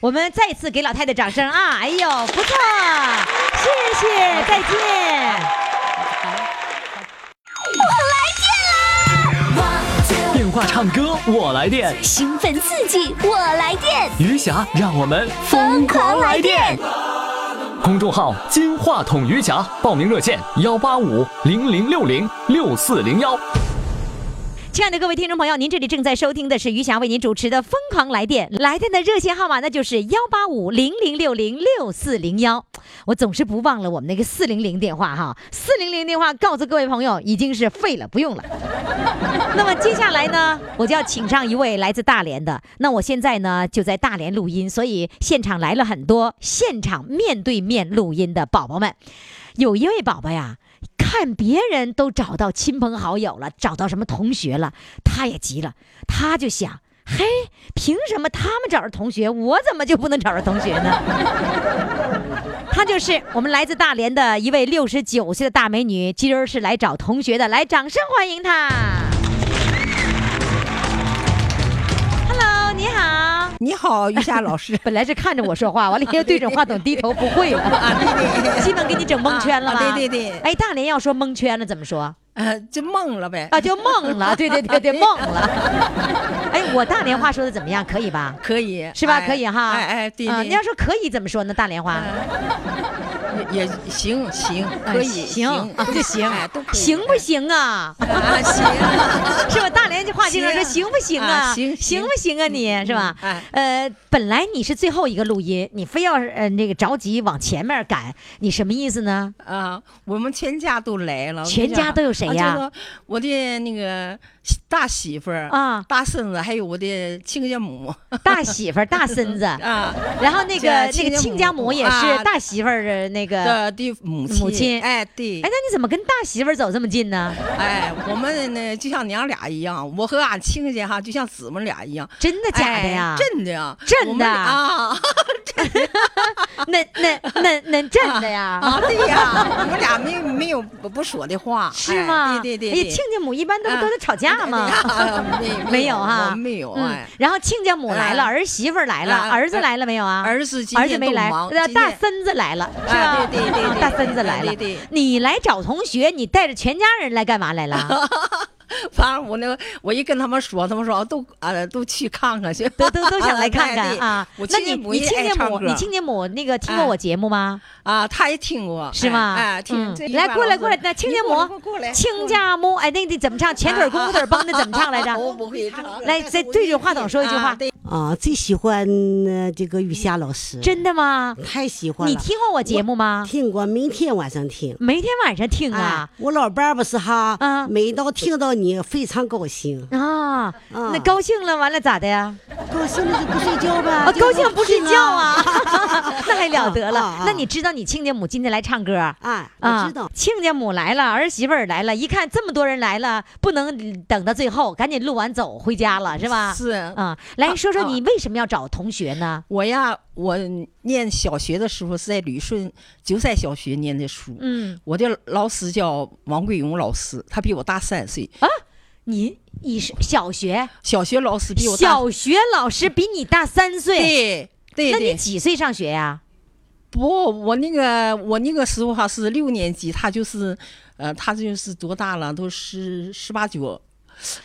Speaker 2: 我们再次给老太太掌声啊！哎呦，不错，谢谢，再见。
Speaker 4: 电话唱歌我来电，
Speaker 6: 兴奋刺激，我来电！
Speaker 4: 余霞让我们疯狂来电。公众号“金话筒余霞”，报名热线：幺八五零零六零六四零幺。
Speaker 2: 亲爱的各位听众朋友，您这里正在收听的是余霞为您主持的《疯狂来电》，来电的热线号码那就是幺八五零零六零六四零幺。我总是不忘了我们那个四零零电话哈，四零零电话告诉各位朋友已经是废了，不用了。 那么接下来呢，我就要请上一位来自大连的。那我现在呢就在大连录音，所以现场来了很多现场面对面录音的宝宝们。有一位宝宝呀，看别人都找到亲朋好友了，找到什么同学了，他也急了，他就想。嘿，凭什么他们找着同学，我怎么就不能找着同学呢？ 她就是我们来自大连的一位六十九岁的大美女，今儿是来找同学的，来，掌声欢迎她。Hello，你好。
Speaker 7: 你好，于霞老师
Speaker 2: 。本来是看着我说 话，完了又对准话筒低头，不会了，基本给你整蒙圈了吧？
Speaker 7: 啊对对对
Speaker 2: 哎，大连要说蒙圈了怎么说？
Speaker 7: 呃，就梦了呗。
Speaker 2: 啊，就梦 了，对对对对，梦了。哎，我大连话说的怎么样？可以吧？
Speaker 7: 可以，
Speaker 2: 是吧？
Speaker 7: 哎
Speaker 2: 可以哈。
Speaker 7: 哎哎，对
Speaker 2: 啊
Speaker 7: 对，嗯
Speaker 2: 你要说可以怎么说呢？大连话
Speaker 7: 也也行行，
Speaker 2: 哎
Speaker 7: 可以
Speaker 2: 行啊就行
Speaker 7: 哎，都可以
Speaker 2: 行不行啊？
Speaker 7: 啊？行，
Speaker 2: 是吧？大连这话经常说行
Speaker 7: 行
Speaker 2: 不行啊？
Speaker 7: 啊
Speaker 2: 行
Speaker 7: 行行
Speaker 2: 不行啊你？是吧
Speaker 7: 嗯哎？
Speaker 2: 呃，本来你是最后一个录音，你非要呃那个着急往前面赶，你什么意思呢？
Speaker 7: 啊，我们全家都来了。
Speaker 2: 全家都有谁呀
Speaker 7: 啊就是我的那个大媳妇儿
Speaker 2: 啊
Speaker 7: 大孙子，还有我的亲家母
Speaker 2: 大媳妇儿、大孙 子，
Speaker 7: 啊
Speaker 2: 然后那个
Speaker 7: 这
Speaker 2: 那个亲
Speaker 7: 亲
Speaker 2: 家
Speaker 7: 家
Speaker 2: 母
Speaker 7: 母
Speaker 2: 也是
Speaker 7: 啊
Speaker 2: 大媳妇儿的那个。
Speaker 7: 的的母亲。
Speaker 2: 母亲
Speaker 7: 哎，对
Speaker 2: 哎，那，你怎么跟大媳妇儿走这么近呢？
Speaker 7: 哎，我们呢就像娘俩一样，我和俺亲家哈就像姊妹俩一样。
Speaker 2: 真的 假的呀
Speaker 7: 哎？真的呀，
Speaker 2: 真的
Speaker 7: 我们俩啊
Speaker 2: 那那那那真的呀？
Speaker 7: 啊，对呀，我们俩没没有不不说的话，
Speaker 2: 是
Speaker 7: 哎
Speaker 2: 吗？
Speaker 7: 对对
Speaker 2: 哎
Speaker 7: 对
Speaker 2: 呀
Speaker 7: 对，
Speaker 2: 亲家母一般都
Speaker 7: 啊
Speaker 2: 都是吵架嘛。
Speaker 7: 啊 没
Speaker 2: 没有
Speaker 7: 我
Speaker 2: 哈，
Speaker 7: 没有
Speaker 2: 嗯
Speaker 7: 哎。
Speaker 2: 然后亲家母来了，
Speaker 7: 啊
Speaker 2: 儿媳妇儿来了，
Speaker 7: 啊
Speaker 2: 儿子
Speaker 7: 儿
Speaker 2: 来了没有啊？
Speaker 7: 儿子今
Speaker 2: 儿子
Speaker 7: 天
Speaker 2: 没
Speaker 7: 都
Speaker 2: 来，
Speaker 7: 忙
Speaker 2: 呃
Speaker 7: 今
Speaker 2: 大
Speaker 7: 天
Speaker 2: 孙子来了，是
Speaker 7: 啊
Speaker 2: 吧？
Speaker 7: 对对对
Speaker 2: 啊
Speaker 7: 对
Speaker 2: 大
Speaker 7: 对
Speaker 2: 孙子
Speaker 7: 对
Speaker 2: 来了
Speaker 7: 对对。
Speaker 2: 你来找同学，你带着全家人来干嘛来了？
Speaker 7: 反正我那个我一跟他们说，他们说啊都啊都去看看去，
Speaker 2: 都都都想来看看
Speaker 7: 哎对
Speaker 2: 啊！
Speaker 7: 我
Speaker 2: 那
Speaker 7: 亲
Speaker 2: 你
Speaker 7: 家母
Speaker 2: 你
Speaker 7: 也
Speaker 2: 亲
Speaker 7: 爱
Speaker 2: 家
Speaker 7: 唱
Speaker 2: 母，
Speaker 7: 歌
Speaker 2: 你亲家母那个听过我节目吗？
Speaker 7: 啊，他也听过
Speaker 2: 是吗？
Speaker 7: 哎，哎听
Speaker 2: 嗯
Speaker 7: 这
Speaker 2: 来
Speaker 7: 一般
Speaker 2: 过来
Speaker 7: 老
Speaker 2: 过来，
Speaker 7: 师
Speaker 2: 那亲
Speaker 7: 你
Speaker 2: 家
Speaker 7: 过来
Speaker 2: 母
Speaker 7: 过来过来，
Speaker 2: 亲家母，哎，那得怎么唱？前腿弓，后腿绷的怎么唱来着？
Speaker 7: 我不会唱，
Speaker 2: 来，再对着话筒说一句
Speaker 7: 啊
Speaker 2: 话，
Speaker 7: 对
Speaker 8: 啊，最喜欢呃这个雨霞老师，
Speaker 2: 真的吗？
Speaker 8: 太喜欢了。
Speaker 2: 你听过我节目吗？
Speaker 8: 听过，明天晚上听。
Speaker 2: 每天晚上听啊。
Speaker 8: 哎，我老伴儿不是哈，
Speaker 2: 啊
Speaker 8: 每到听到你非常高兴，
Speaker 2: 啊，
Speaker 8: 啊
Speaker 2: 那高兴了，完了咋的呀？
Speaker 8: 高兴了就不睡觉呗，
Speaker 2: 啊，
Speaker 8: 就
Speaker 2: 高兴不睡觉啊，
Speaker 8: 听
Speaker 2: 那还了得
Speaker 8: 啊
Speaker 2: 了
Speaker 8: 啊？
Speaker 2: 那你知道你亲家母今天来唱歌啊？
Speaker 8: 哎，我
Speaker 2: 啊
Speaker 8: 知道，，
Speaker 2: 亲家母来了，儿媳妇儿来了，一看这么多人来了，不能等到最后，赶紧录完走回家了，是吧？
Speaker 7: 是
Speaker 2: 啊，来说说
Speaker 7: 啊
Speaker 2: 你为什么要找同学呢？
Speaker 7: 我呀，我念小学的时候是在旅顺九寨小学念的书。
Speaker 2: 嗯，
Speaker 7: 我的老师叫王桂荣老师，他比我大三岁。
Speaker 2: 啊你你是小学
Speaker 7: 小学老师比我大，
Speaker 2: 小学老师比你大三岁，
Speaker 7: 对对
Speaker 2: 那你
Speaker 7: 对。
Speaker 2: 几岁上学呀？
Speaker 7: 不，我那个我那个时候哈是六年级，他就是，呃，他就是多大了？都十十八九，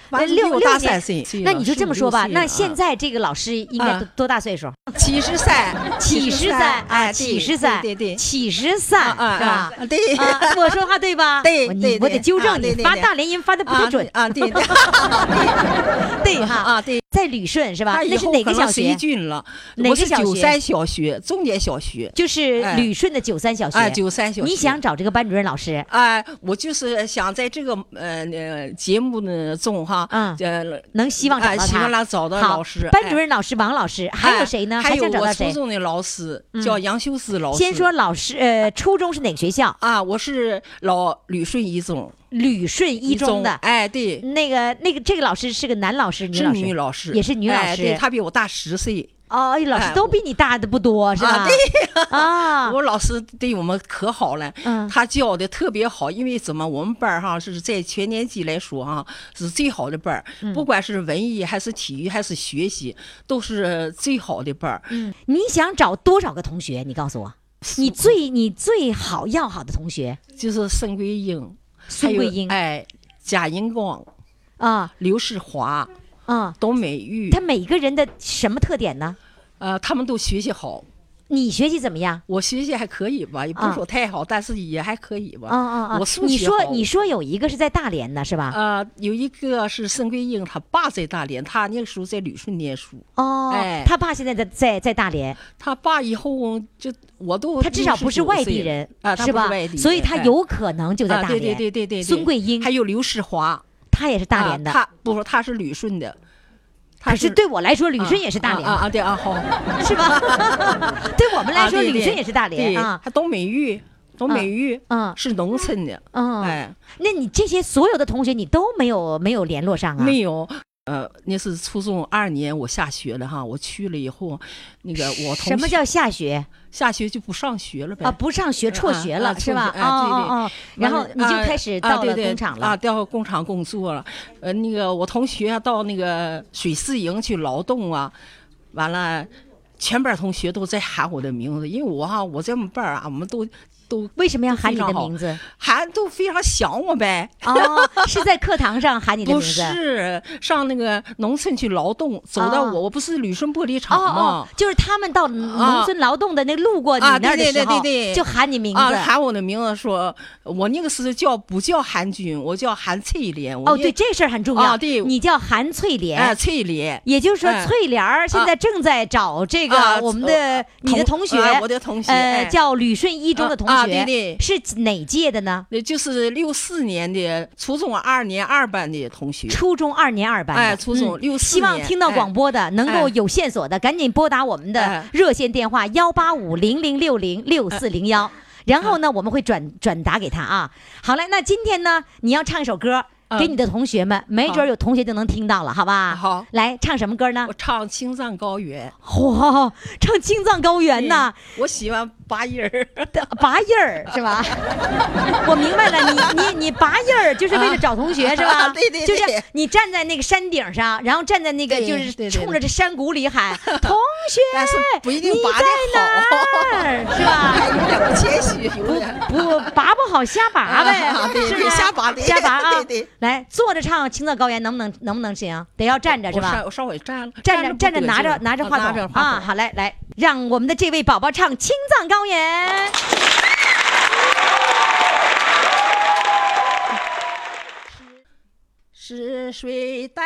Speaker 7: 反正比
Speaker 2: 六
Speaker 7: 我
Speaker 2: 六
Speaker 7: 大三
Speaker 2: 年
Speaker 7: 岁。
Speaker 2: 那你就这么说吧，那现
Speaker 7: 在
Speaker 2: 在这个老师应该
Speaker 7: 啊
Speaker 2: 多多大岁数？
Speaker 7: 七 十三，
Speaker 2: 起十三
Speaker 7: 哎，
Speaker 2: 起
Speaker 7: 对
Speaker 2: 十三，
Speaker 7: 对对，对
Speaker 2: 起十三，
Speaker 7: 啊
Speaker 2: 是
Speaker 7: 啊
Speaker 2: 吧？
Speaker 7: 啊对
Speaker 2: 啊，我说话对吧？
Speaker 7: 对
Speaker 2: 我你
Speaker 7: 对
Speaker 2: 我得
Speaker 7: 对
Speaker 2: 纠
Speaker 7: 啊
Speaker 2: 正你
Speaker 7: 对，对
Speaker 2: 发
Speaker 7: 对
Speaker 2: 大连音发的不
Speaker 7: 啊
Speaker 2: 太准，
Speaker 7: 啊，对对
Speaker 2: 对哈。
Speaker 7: 啊对。
Speaker 2: 在旅顺是吧
Speaker 7: 他？以
Speaker 2: 那是
Speaker 7: 后
Speaker 2: 哪
Speaker 7: 可
Speaker 2: 个
Speaker 7: 能
Speaker 2: 小
Speaker 7: 随
Speaker 2: 学？
Speaker 7: 军了，
Speaker 2: 哪个
Speaker 7: 我是
Speaker 2: 小
Speaker 7: 九
Speaker 2: 学
Speaker 7: 三小学、重点小学。
Speaker 2: 就是
Speaker 7: 哎
Speaker 2: 旅顺的九三小
Speaker 7: 哎，
Speaker 2: 学。
Speaker 7: 九三小学。
Speaker 2: 你想找这个班主任老师？
Speaker 7: 哎，我就是想在这个呃呃节目呢中哈，
Speaker 2: 嗯
Speaker 7: 呃，
Speaker 2: 能希望找到
Speaker 7: 哎
Speaker 2: 他，
Speaker 7: 希望他找到
Speaker 2: 好
Speaker 7: 老师
Speaker 2: 班
Speaker 7: 哎
Speaker 2: 主任老师王老师，还有
Speaker 7: 哎
Speaker 2: 谁呢？
Speaker 7: 还有
Speaker 2: 想找
Speaker 7: 我
Speaker 2: 到
Speaker 7: 初
Speaker 2: 谁？嗯
Speaker 7: 中的老师叫杨修思老师。
Speaker 2: 先说老师，呃，初中是哪个学校？
Speaker 7: 啊，我是老旅顺一中
Speaker 2: 旅顺一中的。
Speaker 7: 哎，对，
Speaker 2: 那个那个，这个老师是个男老师，女
Speaker 7: 是
Speaker 2: 老师
Speaker 7: 女老师，
Speaker 2: 也是女老
Speaker 7: 哎
Speaker 2: 师
Speaker 7: 对，她比我大十岁。
Speaker 2: 哦，老师
Speaker 7: 哎
Speaker 2: 都比你大的不多是吧？
Speaker 7: 啊对
Speaker 2: 啊
Speaker 7: 我老师对我们可好了，
Speaker 2: 嗯
Speaker 7: 他教的特别好，因为怎么我们班儿哈是在全年级来说哈是最好的班儿，
Speaker 2: 嗯
Speaker 7: 不管是文艺还是体育还是学习，都是最好的班儿。
Speaker 2: 你想找多少个同学？你告诉我，你最你最好要好的同学
Speaker 7: 就是孙桂英，
Speaker 2: 孙
Speaker 7: 还有
Speaker 2: 桂英
Speaker 7: 哎，贾银光、
Speaker 2: 啊
Speaker 7: 刘世华、
Speaker 2: 啊，
Speaker 7: 董美玉
Speaker 2: 他，每个人的什么特点呢？
Speaker 7: 呃，他们都学习好。
Speaker 2: 你学习怎么样？
Speaker 7: 我学习还可以吧，也不是说太好，但是也还可以吧。
Speaker 2: 啊啊啊
Speaker 7: 我！数学
Speaker 2: 你说
Speaker 7: 好
Speaker 2: 你说有一个是在大连呢是吧？
Speaker 7: 呃，有一个是孙桂英，她爸在大连，她那个时候在旅顺念书。
Speaker 2: 哦
Speaker 7: 哎，
Speaker 2: 他爸现在在在在大连，
Speaker 7: 他爸以后就我都
Speaker 2: 他至少不是
Speaker 7: 69
Speaker 2: 外地
Speaker 7: 岁了
Speaker 2: 人
Speaker 7: 啊，他
Speaker 2: 是
Speaker 7: 不
Speaker 2: 吧
Speaker 7: 外地人，？
Speaker 2: 所以他
Speaker 7: 哎
Speaker 2: 有可能就在
Speaker 7: 啊
Speaker 2: 大
Speaker 7: 对
Speaker 2: 连。
Speaker 7: 对对对对对，
Speaker 2: 孙桂英
Speaker 7: 还，有刘世华，
Speaker 2: 他也是大连的
Speaker 7: 啊。他不是他是旅顺的，
Speaker 2: 啊
Speaker 7: 他
Speaker 2: 可是对我来说，旅顺也是大连的
Speaker 7: 啊啊啊 对啊好，啊我
Speaker 2: 是 吧？对我们来说，旅顺也是大连啊。
Speaker 7: 他董美玉，董美玉
Speaker 2: 嗯嗯
Speaker 7: 是农村的，
Speaker 2: 嗯
Speaker 7: 哎
Speaker 2: 那你这些所有的同学，你都没有没有联络上啊？
Speaker 7: 没有。呃，那是初中二年，我下学了哈。我去了以后，那个我同
Speaker 2: 什么
Speaker 7: 学
Speaker 2: 叫下学
Speaker 7: 下学就不上学了呗？
Speaker 2: 啊？不上学，辍学
Speaker 7: 啊
Speaker 2: 了
Speaker 7: 啊
Speaker 2: 是吧？
Speaker 7: 辍
Speaker 2: 哦
Speaker 7: 学啊对对
Speaker 2: 哦哦，然后
Speaker 7: 完了
Speaker 2: 你就
Speaker 7: 啊
Speaker 2: 开始
Speaker 7: 啊
Speaker 2: 到
Speaker 7: 对
Speaker 2: 了
Speaker 7: 对
Speaker 2: 工厂
Speaker 7: 啊，
Speaker 2: 了。
Speaker 7: 到工厂工作了。呃，那个我同学啊到那个水师营去劳动啊，完了，全班同学都在喊我的名字，因为我哈、我在我们班儿啊，我们都都
Speaker 2: 为什么要喊你
Speaker 7: 非
Speaker 2: 的
Speaker 7: 常好
Speaker 2: 名 字？
Speaker 7: 喊都非常想我呗。
Speaker 2: 哦，是在课堂上喊你的
Speaker 7: 不
Speaker 2: 名字。
Speaker 7: 是上那个农村去劳动，走到
Speaker 2: 哦
Speaker 7: 我，我不是旅顺玻璃
Speaker 2: 哦
Speaker 7: 厂
Speaker 2: 哦
Speaker 7: 吗，？
Speaker 2: 就是他们到农村劳动的那路过你
Speaker 7: 啊
Speaker 2: 那儿的
Speaker 7: 对对
Speaker 2: 时候
Speaker 7: 对对，对
Speaker 2: 就喊你名字。
Speaker 7: 啊，喊我的名字说，我那个时候叫不叫韩军，我叫韩翠莲。我
Speaker 2: 哦，
Speaker 7: 那
Speaker 2: 对，这事儿很重要。
Speaker 7: 啊对
Speaker 2: 你叫韩翠莲。
Speaker 7: 哎，翠莲，
Speaker 2: 也就是说，
Speaker 7: 哎
Speaker 2: 翠莲儿现在正在找这
Speaker 7: 啊
Speaker 2: 个我们的
Speaker 7: 呃
Speaker 2: 你的
Speaker 7: 同
Speaker 2: 同学
Speaker 7: 啊，我的同学
Speaker 2: 呃，
Speaker 7: 哎
Speaker 2: 叫吕顺一中的同
Speaker 7: 啊啊
Speaker 2: 学，
Speaker 7: 对对
Speaker 2: 是哪届的呢？
Speaker 7: 那就是六四年的初中二年二班的同学。
Speaker 2: 初中二年二班的，
Speaker 7: 哎初中
Speaker 2: 嗯
Speaker 7: 64
Speaker 2: 希望
Speaker 7: 年
Speaker 2: 听到
Speaker 7: 哎
Speaker 2: 广播的，能够
Speaker 7: 哎
Speaker 2: 有线索的，赶紧拨打我们的
Speaker 7: 哎
Speaker 2: 热线电话幺八五零零六零六四零
Speaker 7: 哎
Speaker 2: 幺，然后呢，我们会转转达给他啊。好嘞，那今天呢，你要唱一首歌。给
Speaker 7: 嗯
Speaker 2: 你的同学们，没准儿
Speaker 7: 好
Speaker 2: 有同学就能听到了，好吧？
Speaker 7: 好
Speaker 2: 来唱什么歌呢
Speaker 7: 我？唱《青藏高 原
Speaker 2: 哇，唱《青藏高原》呐！，
Speaker 7: 嗯我喜欢拔音儿。
Speaker 2: 的拔印儿是 吧？我明白了，你你你拔印儿就是为了找同 学、是吧？
Speaker 7: 啊对对对
Speaker 2: 就是你站在那个山顶上，然后站在那个
Speaker 7: 对
Speaker 2: 就是
Speaker 7: 对对
Speaker 2: 冲着这山谷里喊同学，
Speaker 7: 但是不一定
Speaker 2: 你
Speaker 7: 拔
Speaker 2: 在
Speaker 7: 得
Speaker 2: 哪儿是吧？
Speaker 7: 哎， 有点不谦虚，有点。
Speaker 2: 不拔不好瞎拔呗
Speaker 7: 啊，对
Speaker 2: 是不
Speaker 7: 对
Speaker 2: 是？
Speaker 7: 瞎拔对
Speaker 2: 瞎拔啊！
Speaker 7: 对对
Speaker 2: 来坐着唱《青藏高原》，能不能能不能行？得要站着是
Speaker 7: 我
Speaker 2: 吧
Speaker 7: 上？我上回站了，
Speaker 2: 站着站
Speaker 7: 不
Speaker 2: 着
Speaker 7: 得
Speaker 2: 拿
Speaker 7: 劲
Speaker 2: 着
Speaker 7: 儿
Speaker 2: 拿着
Speaker 7: 啊
Speaker 2: 话
Speaker 7: 拿着
Speaker 2: 筒
Speaker 7: 话
Speaker 2: 啊！
Speaker 7: 筒
Speaker 2: 好嘞，来让我们的这位宝宝唱《青藏高原》。
Speaker 7: 是谁带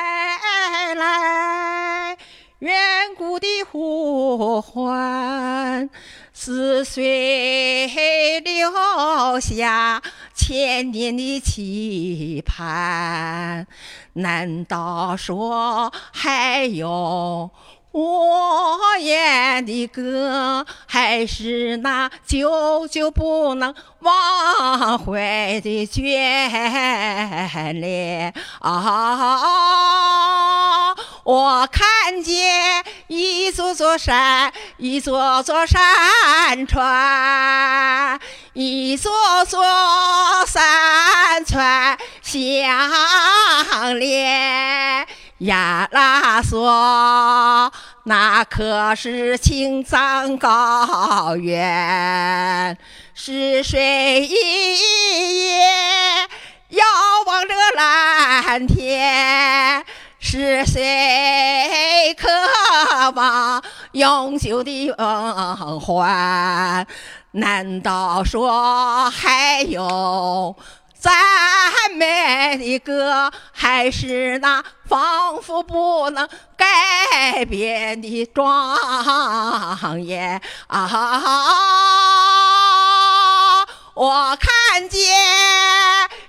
Speaker 7: 来远古的呼唤？是谁留下千年的期盼？难道说还有？我演的歌，还是那久久不能忘怀的眷恋啊！我看见一座座山，一座座山川，一座座山川相连。呀啦嗦，那可是青藏高原，是谁一夜遥望着蓝天？是谁渴望永久的梦幻？难道说还有赞美的歌，还是那仿佛不能改变的庄严啊！我看见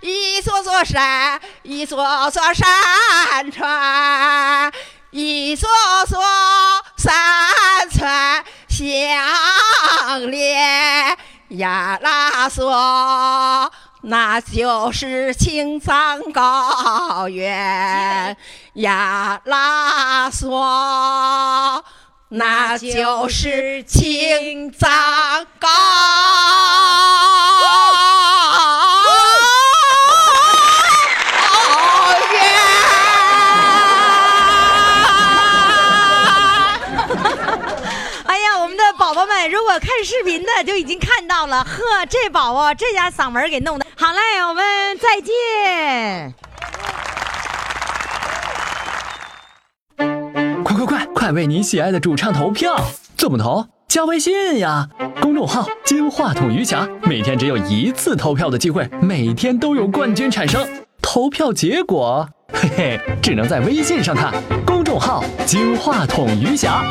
Speaker 7: 一座座山，一座座山川，一座座山川相连呀啦嗦，那就是青藏高原呀啦嗦。那就是青藏高。
Speaker 2: 哎
Speaker 7: 原。
Speaker 2: 哎呀，我们的宝宝们，如果看视频的就已经看到了，呵，这宝宝这家嗓门儿给弄的。好嘞，我们再见。
Speaker 4: 快快快，快为你喜爱的主唱投票！怎么投？加微信呀，公众号“金话筒余霞”，每天只有一次投票的机会，每天都有冠军产生。投票结果，嘿嘿，只能在微信上看。公众号“金话筒余霞”。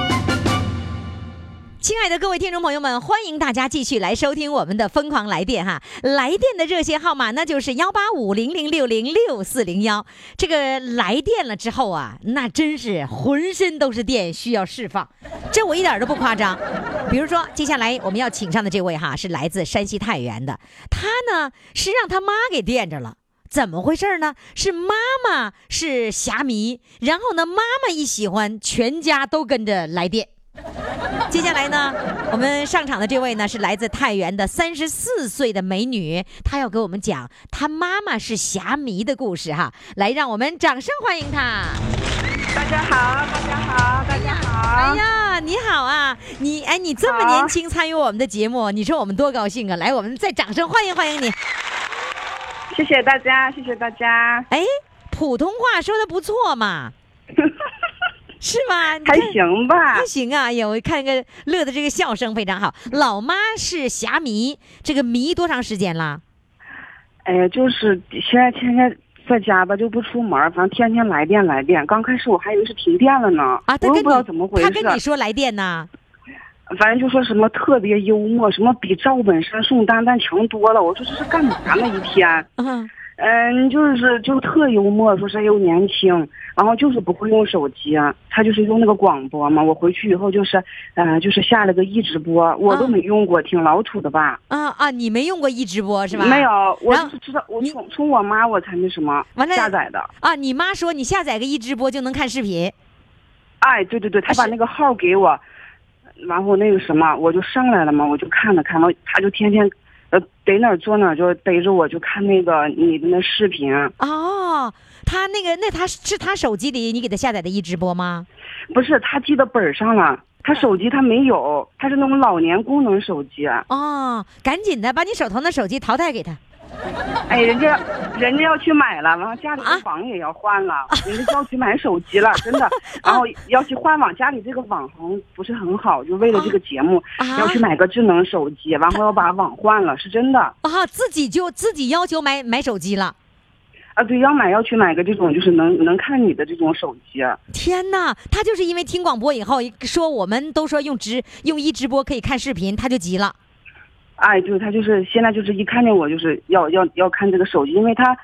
Speaker 2: 亲爱的各位听众朋友们，欢迎大家继续来收听我们的《疯狂来电》哈！来电的热线号码那就是幺八五零零六零六四零幺。这个来电了之后啊，那真是浑身都是电，需要释放。这我一点都不夸张。比如说，接下来我们要请上的这位哈，是来自山西太原的，他呢是让他妈给电着了。怎么回事呢？是妈妈是侠迷，然后呢，妈妈一喜欢，全家都跟着来电。接下来呢，我们上场的这位呢是来自太原的三十四岁的美女，她要给我们讲她妈妈是侠迷的故事哈，来让我们掌声欢迎她。
Speaker 3: 大家好，大家好，大家好。
Speaker 2: 哎呀，你好啊，你哎你这么
Speaker 3: 好
Speaker 2: 年轻参与我们的节目，你说我们多高兴啊！来，我们再掌声欢迎欢迎你。
Speaker 3: 谢谢大家，谢谢大家，
Speaker 2: 哎，普通话说的不错嘛，是 吗？你
Speaker 3: 还
Speaker 2: 看
Speaker 3: 行吧
Speaker 2: 还？行啊，哎呦，我看个乐的这个笑声非常好。老妈是侠迷，这个迷多长时间啦？
Speaker 3: 哎呀，就是现在天天在家吧，就不出门，反正天天来电来电。刚开始我还以为是停电了呢，
Speaker 2: 啊，他
Speaker 3: 我
Speaker 2: 跟
Speaker 3: 也
Speaker 2: 你
Speaker 3: 不知道怎么回
Speaker 2: 他
Speaker 3: 事。
Speaker 2: 跟你说来电呢，
Speaker 3: 反正就说什么特别幽默，什么比赵本山、宋丹丹强多了。我说这是干嘛呢？一天，
Speaker 2: 嗯，
Speaker 3: 嗯，就是就特幽默，说是又年轻，然后就是不会用手机，啊他就是用那个广播嘛。我回去以后就是，呃，就是下了个一直播，我都
Speaker 2: 啊
Speaker 3: 没用过，挺老土的吧。
Speaker 2: 啊啊，你没用过一直播是吧？
Speaker 3: 没有，我
Speaker 2: 然后
Speaker 3: 就是知道，我
Speaker 2: 你
Speaker 3: 从从我妈我才那什么
Speaker 2: 完了
Speaker 3: 下载的。
Speaker 2: 啊，你妈说你下载个一直播就能看视频，
Speaker 3: 哎，对对对，她把
Speaker 2: 是
Speaker 3: 那个号给我，然后那个什么，我就上来了嘛，我就看了看，完她就天天，呃，逮哪儿坐哪儿，就逮着我就看那个你的那视频，啊
Speaker 2: 哦，他那个那他是他手机里你给他下载的一直播吗？
Speaker 3: 不是她记到本儿上了，她手机她没有，她是那种老年功能手机。
Speaker 2: 哦，赶紧的把你手头那手机淘汰给他。
Speaker 3: 哎，人家人家要去买了，然后家里
Speaker 2: 啊
Speaker 3: 的网也要换了，人家就要去买手机了，真的。然后要去换网，家里这个网红不是很好，就为了这个节目，
Speaker 2: 啊
Speaker 3: 要去买个智能手机，然后要把网换了，是真的。
Speaker 2: 啊，自己就自己要求买买手机了。
Speaker 3: 啊，对，要买要去买个这种就是能能看你的这种手机。
Speaker 2: 天哪，他就是因为听广播以后说我们都说用直用一直播可以看视频，他就急了。
Speaker 3: 哎，对他就是现在就是一看见我就是要要要看这个手机，因为他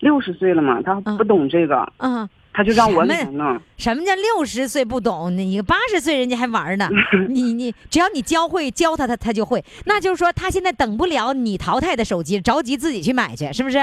Speaker 3: 六十岁了嘛，他不懂这个，
Speaker 2: 嗯，
Speaker 3: 他就让我
Speaker 2: 什么
Speaker 3: 买呢。
Speaker 2: 什么叫六十岁不懂？你八十岁人家还玩 呢。你你只要你教会教他，他他就会。那就是说他现在等不了你淘汰的手机，着急自己去买去，是 不是？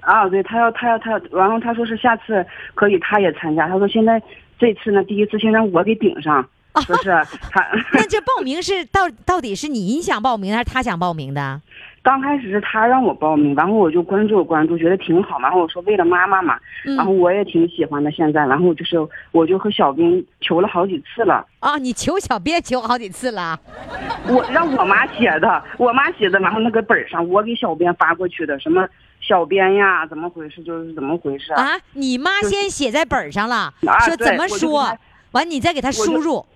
Speaker 3: 啊，对他要他要他要，然后他说是下次可以他也参加，他说现在这次呢第一次先让我给顶上，
Speaker 2: 啊
Speaker 3: 说是他
Speaker 2: 那这报名是到到底是你想报名还是他想报名的？
Speaker 3: 刚开始是他让我报名，然后我就关注关注，觉得挺好嘛，然后我说为了妈妈嘛，然后
Speaker 2: 嗯
Speaker 3: 我也挺喜欢的现在，然后就是我就和小兵求了好几次了，
Speaker 2: 啊，你求小编求好几次了。
Speaker 3: 我让我妈写的，我妈写的，然后那个本儿上我给小编发过去的，什么小编呀，怎么回事就是怎么回事，
Speaker 2: 啊，你妈
Speaker 3: 就是
Speaker 2: 先写在本儿上了，
Speaker 3: 啊
Speaker 2: 说
Speaker 3: 对
Speaker 2: 怎么
Speaker 3: 我就给
Speaker 2: 说
Speaker 3: 她，
Speaker 2: 完你再给他
Speaker 3: 就
Speaker 2: 输入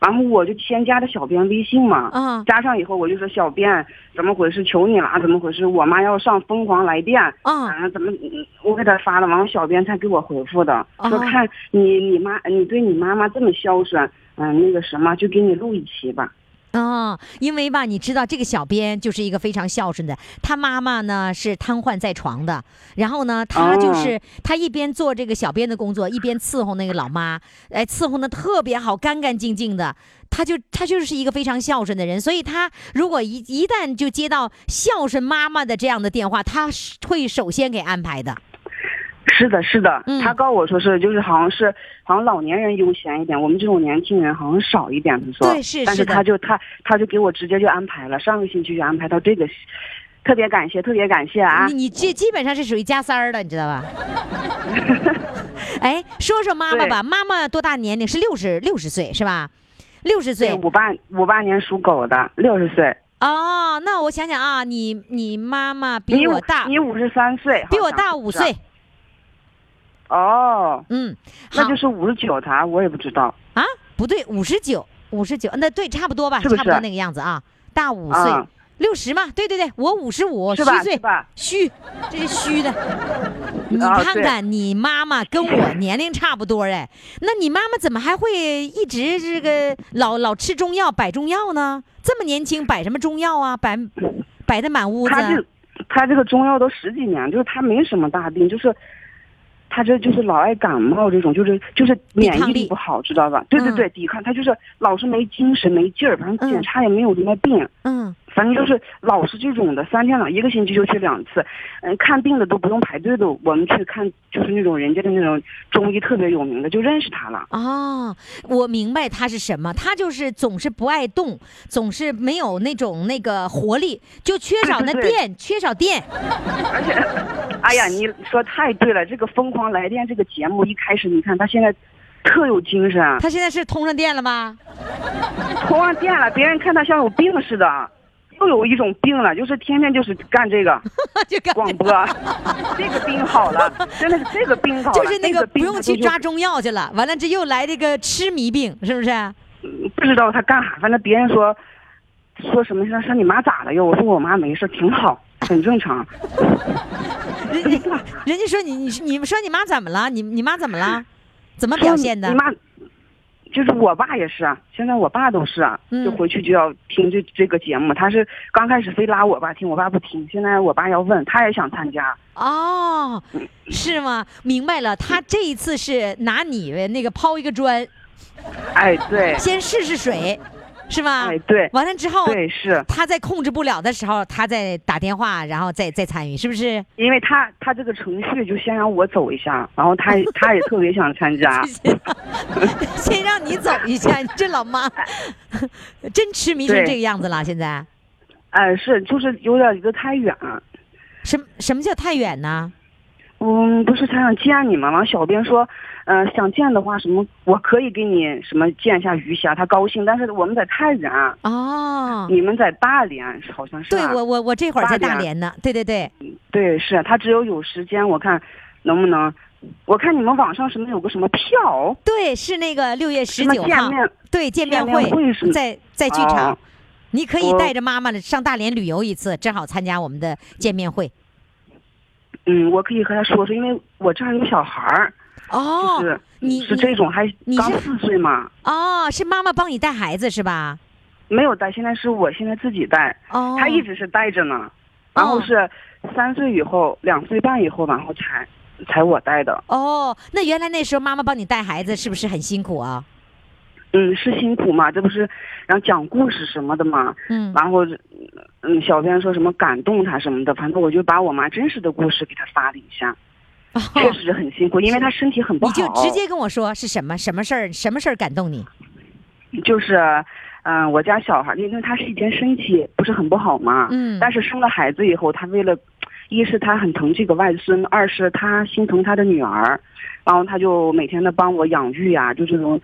Speaker 3: 然后我就先加的小编微信嘛，
Speaker 2: 啊
Speaker 3: 加上以后我就说小编怎么回事，求你了，啊怎么回事？我妈要上疯狂来电，
Speaker 2: 啊
Speaker 3: 反正怎么嗯我给她发了，然后小编才给我回复的，
Speaker 2: 哦
Speaker 3: 说看你你妈你对你妈妈这么孝顺，嗯、那个什么就给你录一期吧。
Speaker 2: 啊，因为吧，你知道这个小编就是一个非常孝顺的，他妈妈呢是瘫痪在床的，然后呢，他就是、他一边做这个小编的工作，一边伺候那个老妈，哎，伺候的特别好，干干净净的。他就他就是一个非常孝顺的人，所以他如果一一旦就接到孝顺妈妈的这样的电话，他是会首先给安排的。
Speaker 3: 是的，是的，
Speaker 2: 嗯
Speaker 3: 他告我说是，就是好像是，好像老年人优先一点，我们这种年轻人好像少一点。他说，
Speaker 2: 对是
Speaker 3: 但
Speaker 2: 是
Speaker 3: 是
Speaker 2: 的
Speaker 3: 他就他他就给我直接就安排了，上个星期就安排到这个，特别感谢，特别感谢啊
Speaker 2: 你！你这基本上是属于加三儿的，你知道 吧？哎，说说妈妈吧，妈妈多大年龄？是六十六十岁是吧？六十岁
Speaker 3: 对，五八五八年属狗的，六十岁，
Speaker 2: 哦，那我想想啊，你你妈妈比
Speaker 3: 你
Speaker 2: 我
Speaker 3: 五
Speaker 2: 大，
Speaker 3: 你五十三岁，
Speaker 2: 比我
Speaker 3: 好像
Speaker 2: 大
Speaker 3: 是啊
Speaker 2: 五岁，
Speaker 3: 哦，
Speaker 2: 嗯，好
Speaker 3: 那就是五十九，他我也不知道，
Speaker 2: 啊，不对，五十九，五十九，那对，差不多吧，
Speaker 3: 是不
Speaker 2: 差不多
Speaker 3: 是
Speaker 2: 那个样子啊，大五岁
Speaker 3: 啊，
Speaker 2: 六十、嘛，对对对，我五哦十五，虚
Speaker 3: 是吧？
Speaker 2: 岁
Speaker 3: 是，吧？
Speaker 2: 虚，这是虚的。你
Speaker 3: 啊
Speaker 2: 看
Speaker 3: 对
Speaker 2: 看，你妈妈跟我年龄差不多哎，那你妈妈怎么还会一直这个老老吃中药摆中药呢？这么年轻摆什么中药啊？摆摆的满屋子。啊
Speaker 3: 他这他这个中药都十几年，就是他没什么大病，就是他这就是老爱感冒这种，就是就是免疫力不好，知道吧？对对对，抵抗他就是老是没精神没劲儿，反正
Speaker 2: 嗯
Speaker 3: 检查也没有什么病，
Speaker 2: 嗯，
Speaker 3: 反正就是老是这种的，三天两一个星期就去两次，嗯，看病的都不用排队的，我们去看就是那种人家的那种中医特别有名的，就认识他 了。
Speaker 2: 哦，我明白他是什么，他就是总是不爱动，总是没有那种那个活力，就缺少那
Speaker 3: 对对对
Speaker 2: 电，缺少电。
Speaker 3: 而且，哎呀，你说太对了，这个《疯狂来电》这个节目一开始，你看他现在特有精神，啊
Speaker 2: 他现在是通上电了吗？
Speaker 3: 头上电了，别人看他像有病似的，又有一种病了，就是天天就是干这个
Speaker 2: 就感
Speaker 3: 广播，这个病好了，真的是这个病好了，
Speaker 2: 就是那
Speaker 3: 这
Speaker 2: 个
Speaker 3: 个
Speaker 2: 不
Speaker 3: 病
Speaker 2: 用
Speaker 3: 他
Speaker 2: 去
Speaker 3: 就
Speaker 2: 抓中药去了，完了这又来这个痴迷病，是不是？
Speaker 3: 不知道他干啥，反正别人说说什么事儿，说你妈咋了又？我说我妈没事，挺好，很正常。
Speaker 2: 人家人家说你你你们说你妈怎么了？你你妈怎么了？怎么表现的
Speaker 3: 你？妈就是我爸也是啊，现在我爸都是啊，
Speaker 2: 嗯
Speaker 3: 就回去就要听这这个节目。他是刚开始非拉我爸听，我爸不听，现在我爸要问，他也想参加。
Speaker 2: 哦，是吗？明白了，他这一次是拿你那个抛一个砖，
Speaker 3: 哎， 对，
Speaker 2: 先试试水，是吧？
Speaker 3: 哎对
Speaker 2: 啊完了之后，
Speaker 3: 对是。
Speaker 2: 他在控制不了的时候，他再打电话，然后再再参与，是不是？
Speaker 3: 因为他他这个程序就先让我走一下，然 后他他也特别想参加，
Speaker 2: 先让你走一下，你这老妈真痴迷成
Speaker 3: 对
Speaker 2: 这个样子了。现在
Speaker 3: 哎、是就是有点离得太远，
Speaker 2: 什么什么叫太远呢？
Speaker 3: 嗯，不是他想见你嘛，然后小编说，嗯、想见的话什么我可以给你什么见一下鱼霞，他高兴，但是我们在太原，
Speaker 2: 哦，
Speaker 3: 你们在大连好像是、
Speaker 2: 对
Speaker 3: 啊，
Speaker 2: 我我我这会儿在
Speaker 3: 八点
Speaker 2: 大连呢，对对对，
Speaker 3: 对是他只有有时间，我看能不能，我看你们网上什么有个什么票，
Speaker 2: 对，是那个六月十
Speaker 3: 什么
Speaker 2: 九
Speaker 3: 见
Speaker 2: 号
Speaker 3: 面，
Speaker 2: 对见面
Speaker 3: 见面会是吗
Speaker 2: 在在剧场，
Speaker 3: 哦
Speaker 2: 你可以
Speaker 3: 我
Speaker 2: 带着妈妈上大连旅游一次，正好参加我们的见面会。
Speaker 3: 嗯，我可以和他说说，因为我这儿有小孩儿。
Speaker 2: 哦，
Speaker 3: 是
Speaker 2: 你
Speaker 3: 是这种还
Speaker 2: 你
Speaker 3: 刚
Speaker 2: 是
Speaker 3: 四岁嘛，
Speaker 2: 哦，是妈妈帮你带孩子是吧？
Speaker 3: 没有带，现在是我现在自己带，
Speaker 2: 哦，
Speaker 3: 他一直是带着呢，然后是三岁以后、两岁半以后，然后才才我带的，
Speaker 2: 哦，那原来那时候妈妈帮你带孩子是不是很辛苦啊？
Speaker 3: 嗯，是辛苦嘛，这不是然后讲故事什么的嘛，
Speaker 2: 嗯，
Speaker 3: 然后嗯，小编说什么感动他什么的，反正我就把我妈真实的故事给他发了一下，
Speaker 2: 哦
Speaker 3: 确实很辛苦，因为他身体很不
Speaker 2: 你
Speaker 3: 好，
Speaker 2: 就直接跟我说是什么什么事儿，什么事儿感动你？
Speaker 3: 就是，嗯、我家小孩儿，因为他是以前身体不是很不好嘛，
Speaker 2: 嗯
Speaker 3: 但是生了孩子以后，他为了，一是他很疼这个外孙，二是他心疼他的女儿，然后他就每天的帮我养育啊，就这种，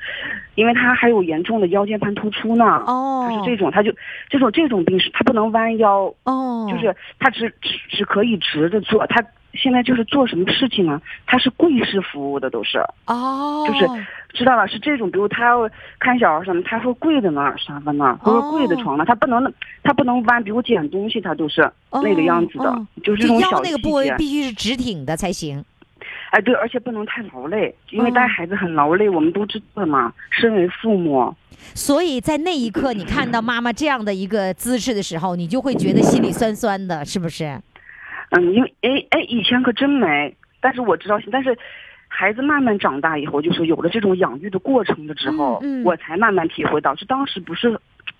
Speaker 3: 因为他还有严重的腰间盘突出呢，
Speaker 2: 哦
Speaker 3: 他是这种，他就这种这种病是他不能弯腰，
Speaker 2: 哦，
Speaker 3: 就是他只只只可以直着坐，他现在就是做什么事情呢？啊他是跪式服务的都是，
Speaker 2: 哦，
Speaker 3: 就是知道吧？是这种，比如他要看小孩什么，他会跪在那儿沙发那儿，不
Speaker 2: 哦
Speaker 3: 是跪在床那儿，他不能他不能弯，比如捡东西他都是那个样子的，
Speaker 2: 哦
Speaker 3: 就是
Speaker 2: 就
Speaker 3: 这种
Speaker 2: 腰
Speaker 3: 小
Speaker 2: 那
Speaker 3: 细
Speaker 2: 个部位
Speaker 3: 节。
Speaker 2: 必须是直挺的才行。
Speaker 3: 哎，对，而且不能太劳累，因为
Speaker 2: 嗯
Speaker 3: 带孩子很劳累，我们都知道嘛。身为父母，
Speaker 2: 所以在那一刻，你看到妈妈这样的一个姿势的时候，你就会觉得心里酸酸的，是不是？
Speaker 3: 嗯，因为哎哎，以前可真没，但是我知道，但是。孩子慢慢长大以后，就是有了这种养育的过程了之后，
Speaker 2: 嗯嗯
Speaker 3: 我才慢慢体会到，这当时不是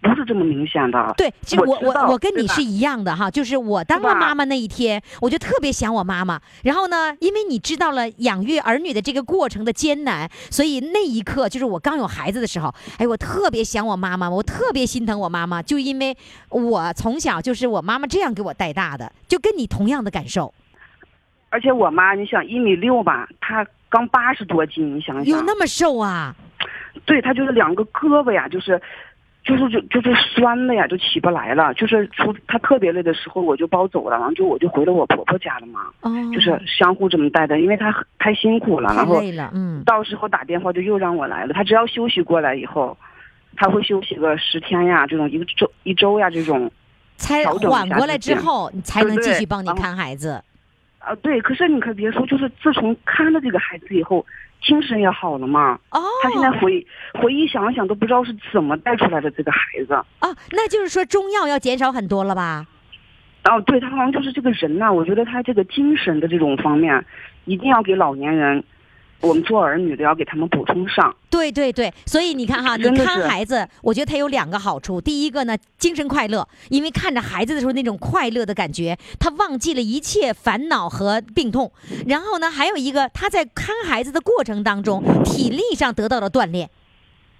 Speaker 3: 不是这么明显的。
Speaker 2: 对，其实我
Speaker 3: 知道
Speaker 2: 我我跟
Speaker 3: 对
Speaker 2: 你
Speaker 3: 吧
Speaker 2: 是一样的哈，就是我当了
Speaker 3: 吧
Speaker 2: 妈妈那一天，我就特别想我妈妈。然后呢，因为你知道了养育儿女的这个过程的艰难，所以那一刻就是我刚有孩子的时候，哎，我特别想我妈妈，我特别心疼我妈妈，就因为我从小就是我妈妈这样给我带大的，就跟你同样的感受，
Speaker 3: 而且我妈，你想一米六吧，她刚八十多斤，你想
Speaker 2: 有
Speaker 3: 想，
Speaker 2: 那么瘦啊？
Speaker 3: 对她就是两个胳膊呀，就是。就是就就是酸的呀，就起不来了。就是出她特别累的时候，我就包走了，完了之后我就回了我婆婆家了嘛。
Speaker 2: 哦，
Speaker 3: 就是相互这么带的，因为她很太辛苦了，
Speaker 2: 太
Speaker 3: 然后
Speaker 2: 累了，嗯，
Speaker 3: 到时候打电话就又让我来了。她只要休息过来以后，她会休息个十天呀，这种一个周一周呀这种。
Speaker 2: 才
Speaker 3: 调整一
Speaker 2: 缓
Speaker 3: 下
Speaker 2: 过
Speaker 3: 自
Speaker 2: 来
Speaker 3: 己
Speaker 2: 之后，你才
Speaker 3: 对
Speaker 2: 能继
Speaker 3: 对
Speaker 2: 续帮你
Speaker 3: 然后
Speaker 2: 看孩子。
Speaker 3: 啊，对，可是你可别说，就是自从看了这个孩子以后，精神也好了嘛。
Speaker 2: 哦，
Speaker 3: 他现在回回忆想想都不知道是怎么带出来的这个孩子。
Speaker 2: 哦，那就是说中药要减少很多了吧？
Speaker 3: 哦，对他好像就是这个人呐、我觉得他这个精神的这种方面，一定要给老年人，我们做儿女的要给他们补充上。
Speaker 2: 对对对，所以你看哈，你
Speaker 3: 真的
Speaker 2: 看
Speaker 3: 是
Speaker 2: 孩子，我觉得他有两个好处。第一个呢，精神快乐，因为看着孩子的时候那种快乐的感觉，他忘记了一切烦恼和病痛。然后呢，还有一个他在看孩子的过程当中，体力上得到了锻炼，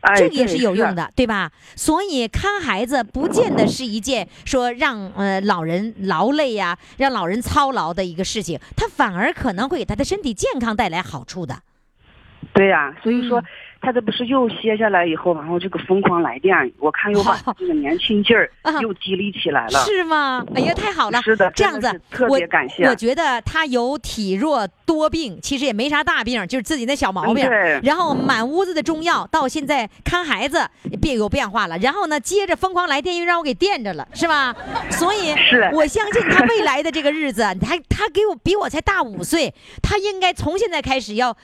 Speaker 3: 哎，
Speaker 2: 这个也是有用
Speaker 3: 的。
Speaker 2: 的，对吧？所以看孩子不见得是一件说让呃老人劳累呀、让老人操劳的一个事情，他反而可能会给他的身体健康带来好处的。
Speaker 3: 对呀、所以说
Speaker 2: 嗯
Speaker 3: 他这不是又歇下来以后，然后这个疯狂来电，我 看又把这个年轻劲儿
Speaker 2: 啊
Speaker 3: 又激励 起来了。嗯
Speaker 2: 是吗？哎呀，太好了！
Speaker 3: 是的
Speaker 2: 这
Speaker 3: 真
Speaker 2: 样
Speaker 3: 的
Speaker 2: 子
Speaker 3: 是特
Speaker 2: 我
Speaker 3: 别感谢
Speaker 2: 我觉得他有体弱多病，其实也没啥大病，就是自己那小毛病。
Speaker 3: 嗯对
Speaker 2: 然后满屋子的中药，到现在看孩子变有变化了。然后呢，接着疯狂来电又让我给电着了，是吧？所以
Speaker 3: 是
Speaker 2: 我相信他未来的这个日子，他他给我比我才大五岁，他应该从现在开始要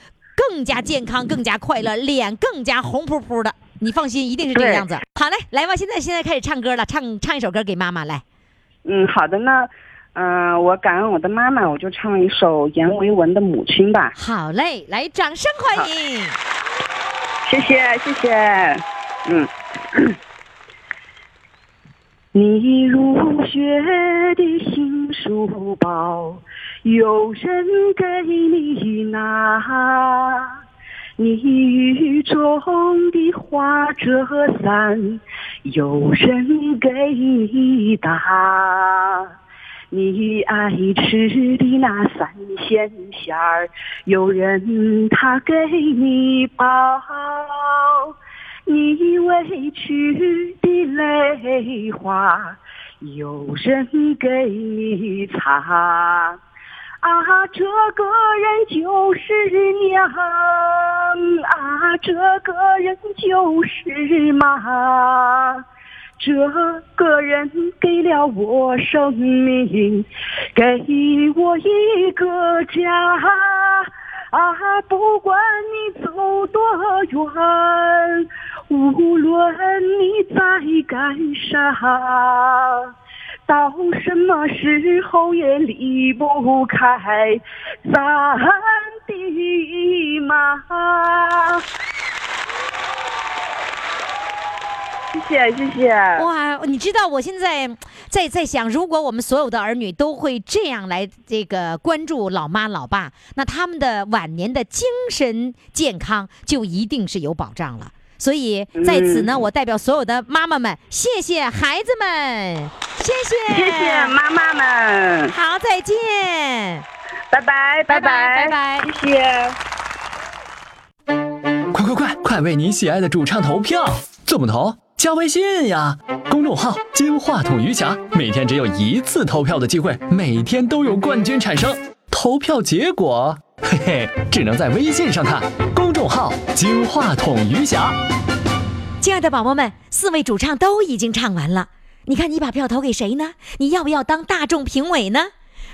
Speaker 2: 更加健康、更加快乐，脸更加红扑扑的。你放心，一定是这个
Speaker 3: 对
Speaker 2: 样子。好嘞，来吧，现在现在开始唱歌了，唱唱一首歌给妈妈来。
Speaker 3: 嗯，好的呢。嗯、我感恩我的妈妈，我就唱一首阎维文的《母亲》吧。
Speaker 2: 好嘞，来掌声欢迎！
Speaker 3: 谢谢，谢谢。嗯。 你如雪的新书包，有人给你拿；你雨中的花折伞，有人给你打。你爱吃的那三鲜馅儿，有人他给你包；你委屈的泪花，有人给你擦。啊，这个人就是娘，啊，这个人就是妈。这个人给了我生命，给我一个家。啊，不管你走多远，无论你在干啥，到什么时候也离不开咱的妈。谢谢，谢谢。
Speaker 2: 哇，你知道我现在嗯在在想，如果我们所有的儿女都会这样来这个关注老妈老爸，那他们的晚年的精神健康就一定是有保障了。所以在此
Speaker 3: 嗯
Speaker 2: 呢，我代表所有的妈妈们，谢谢孩子们，谢谢，
Speaker 3: 谢谢，妈妈们，
Speaker 2: 好，再见。
Speaker 3: 拜拜，
Speaker 2: 拜拜拜
Speaker 3: 拜，
Speaker 2: 拜
Speaker 3: 谢谢。
Speaker 4: 快快快，快为你喜爱的主唱投票！怎么投？加微信呀，公众号“金话筒余霞”，每天只有一次投票的机会，每天都有冠军产生。投票结果，嘿嘿，只能在微信上看。公众号“金话筒余霞”。
Speaker 2: 亲爱的宝宝们，四位主唱都已经唱完了，你看你把票投给谁呢？你要不要当大众评委呢？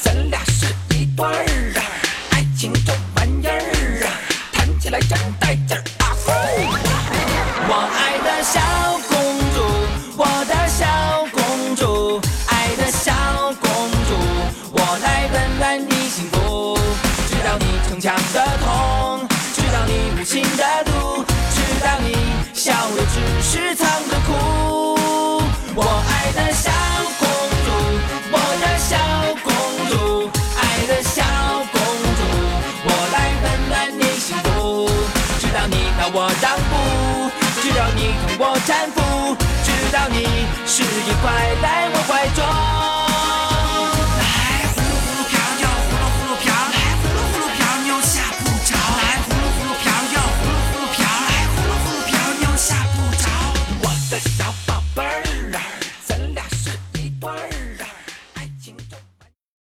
Speaker 1: 咱俩是一对儿啊，爱情这玩意儿啊，谈起来真带劲儿啊！呼。我爱的小公主，我的小公主，爱的小公主，我来温暖你幸福。知道你逞强的痛，知道你无情的毒，知道你笑的只是藏着哭。我爱的小公主，我的小公主，爱的小公主，我来温暖你幸福。知道你让我让步，知道你同我搀扶，知道你是一块来我怀中。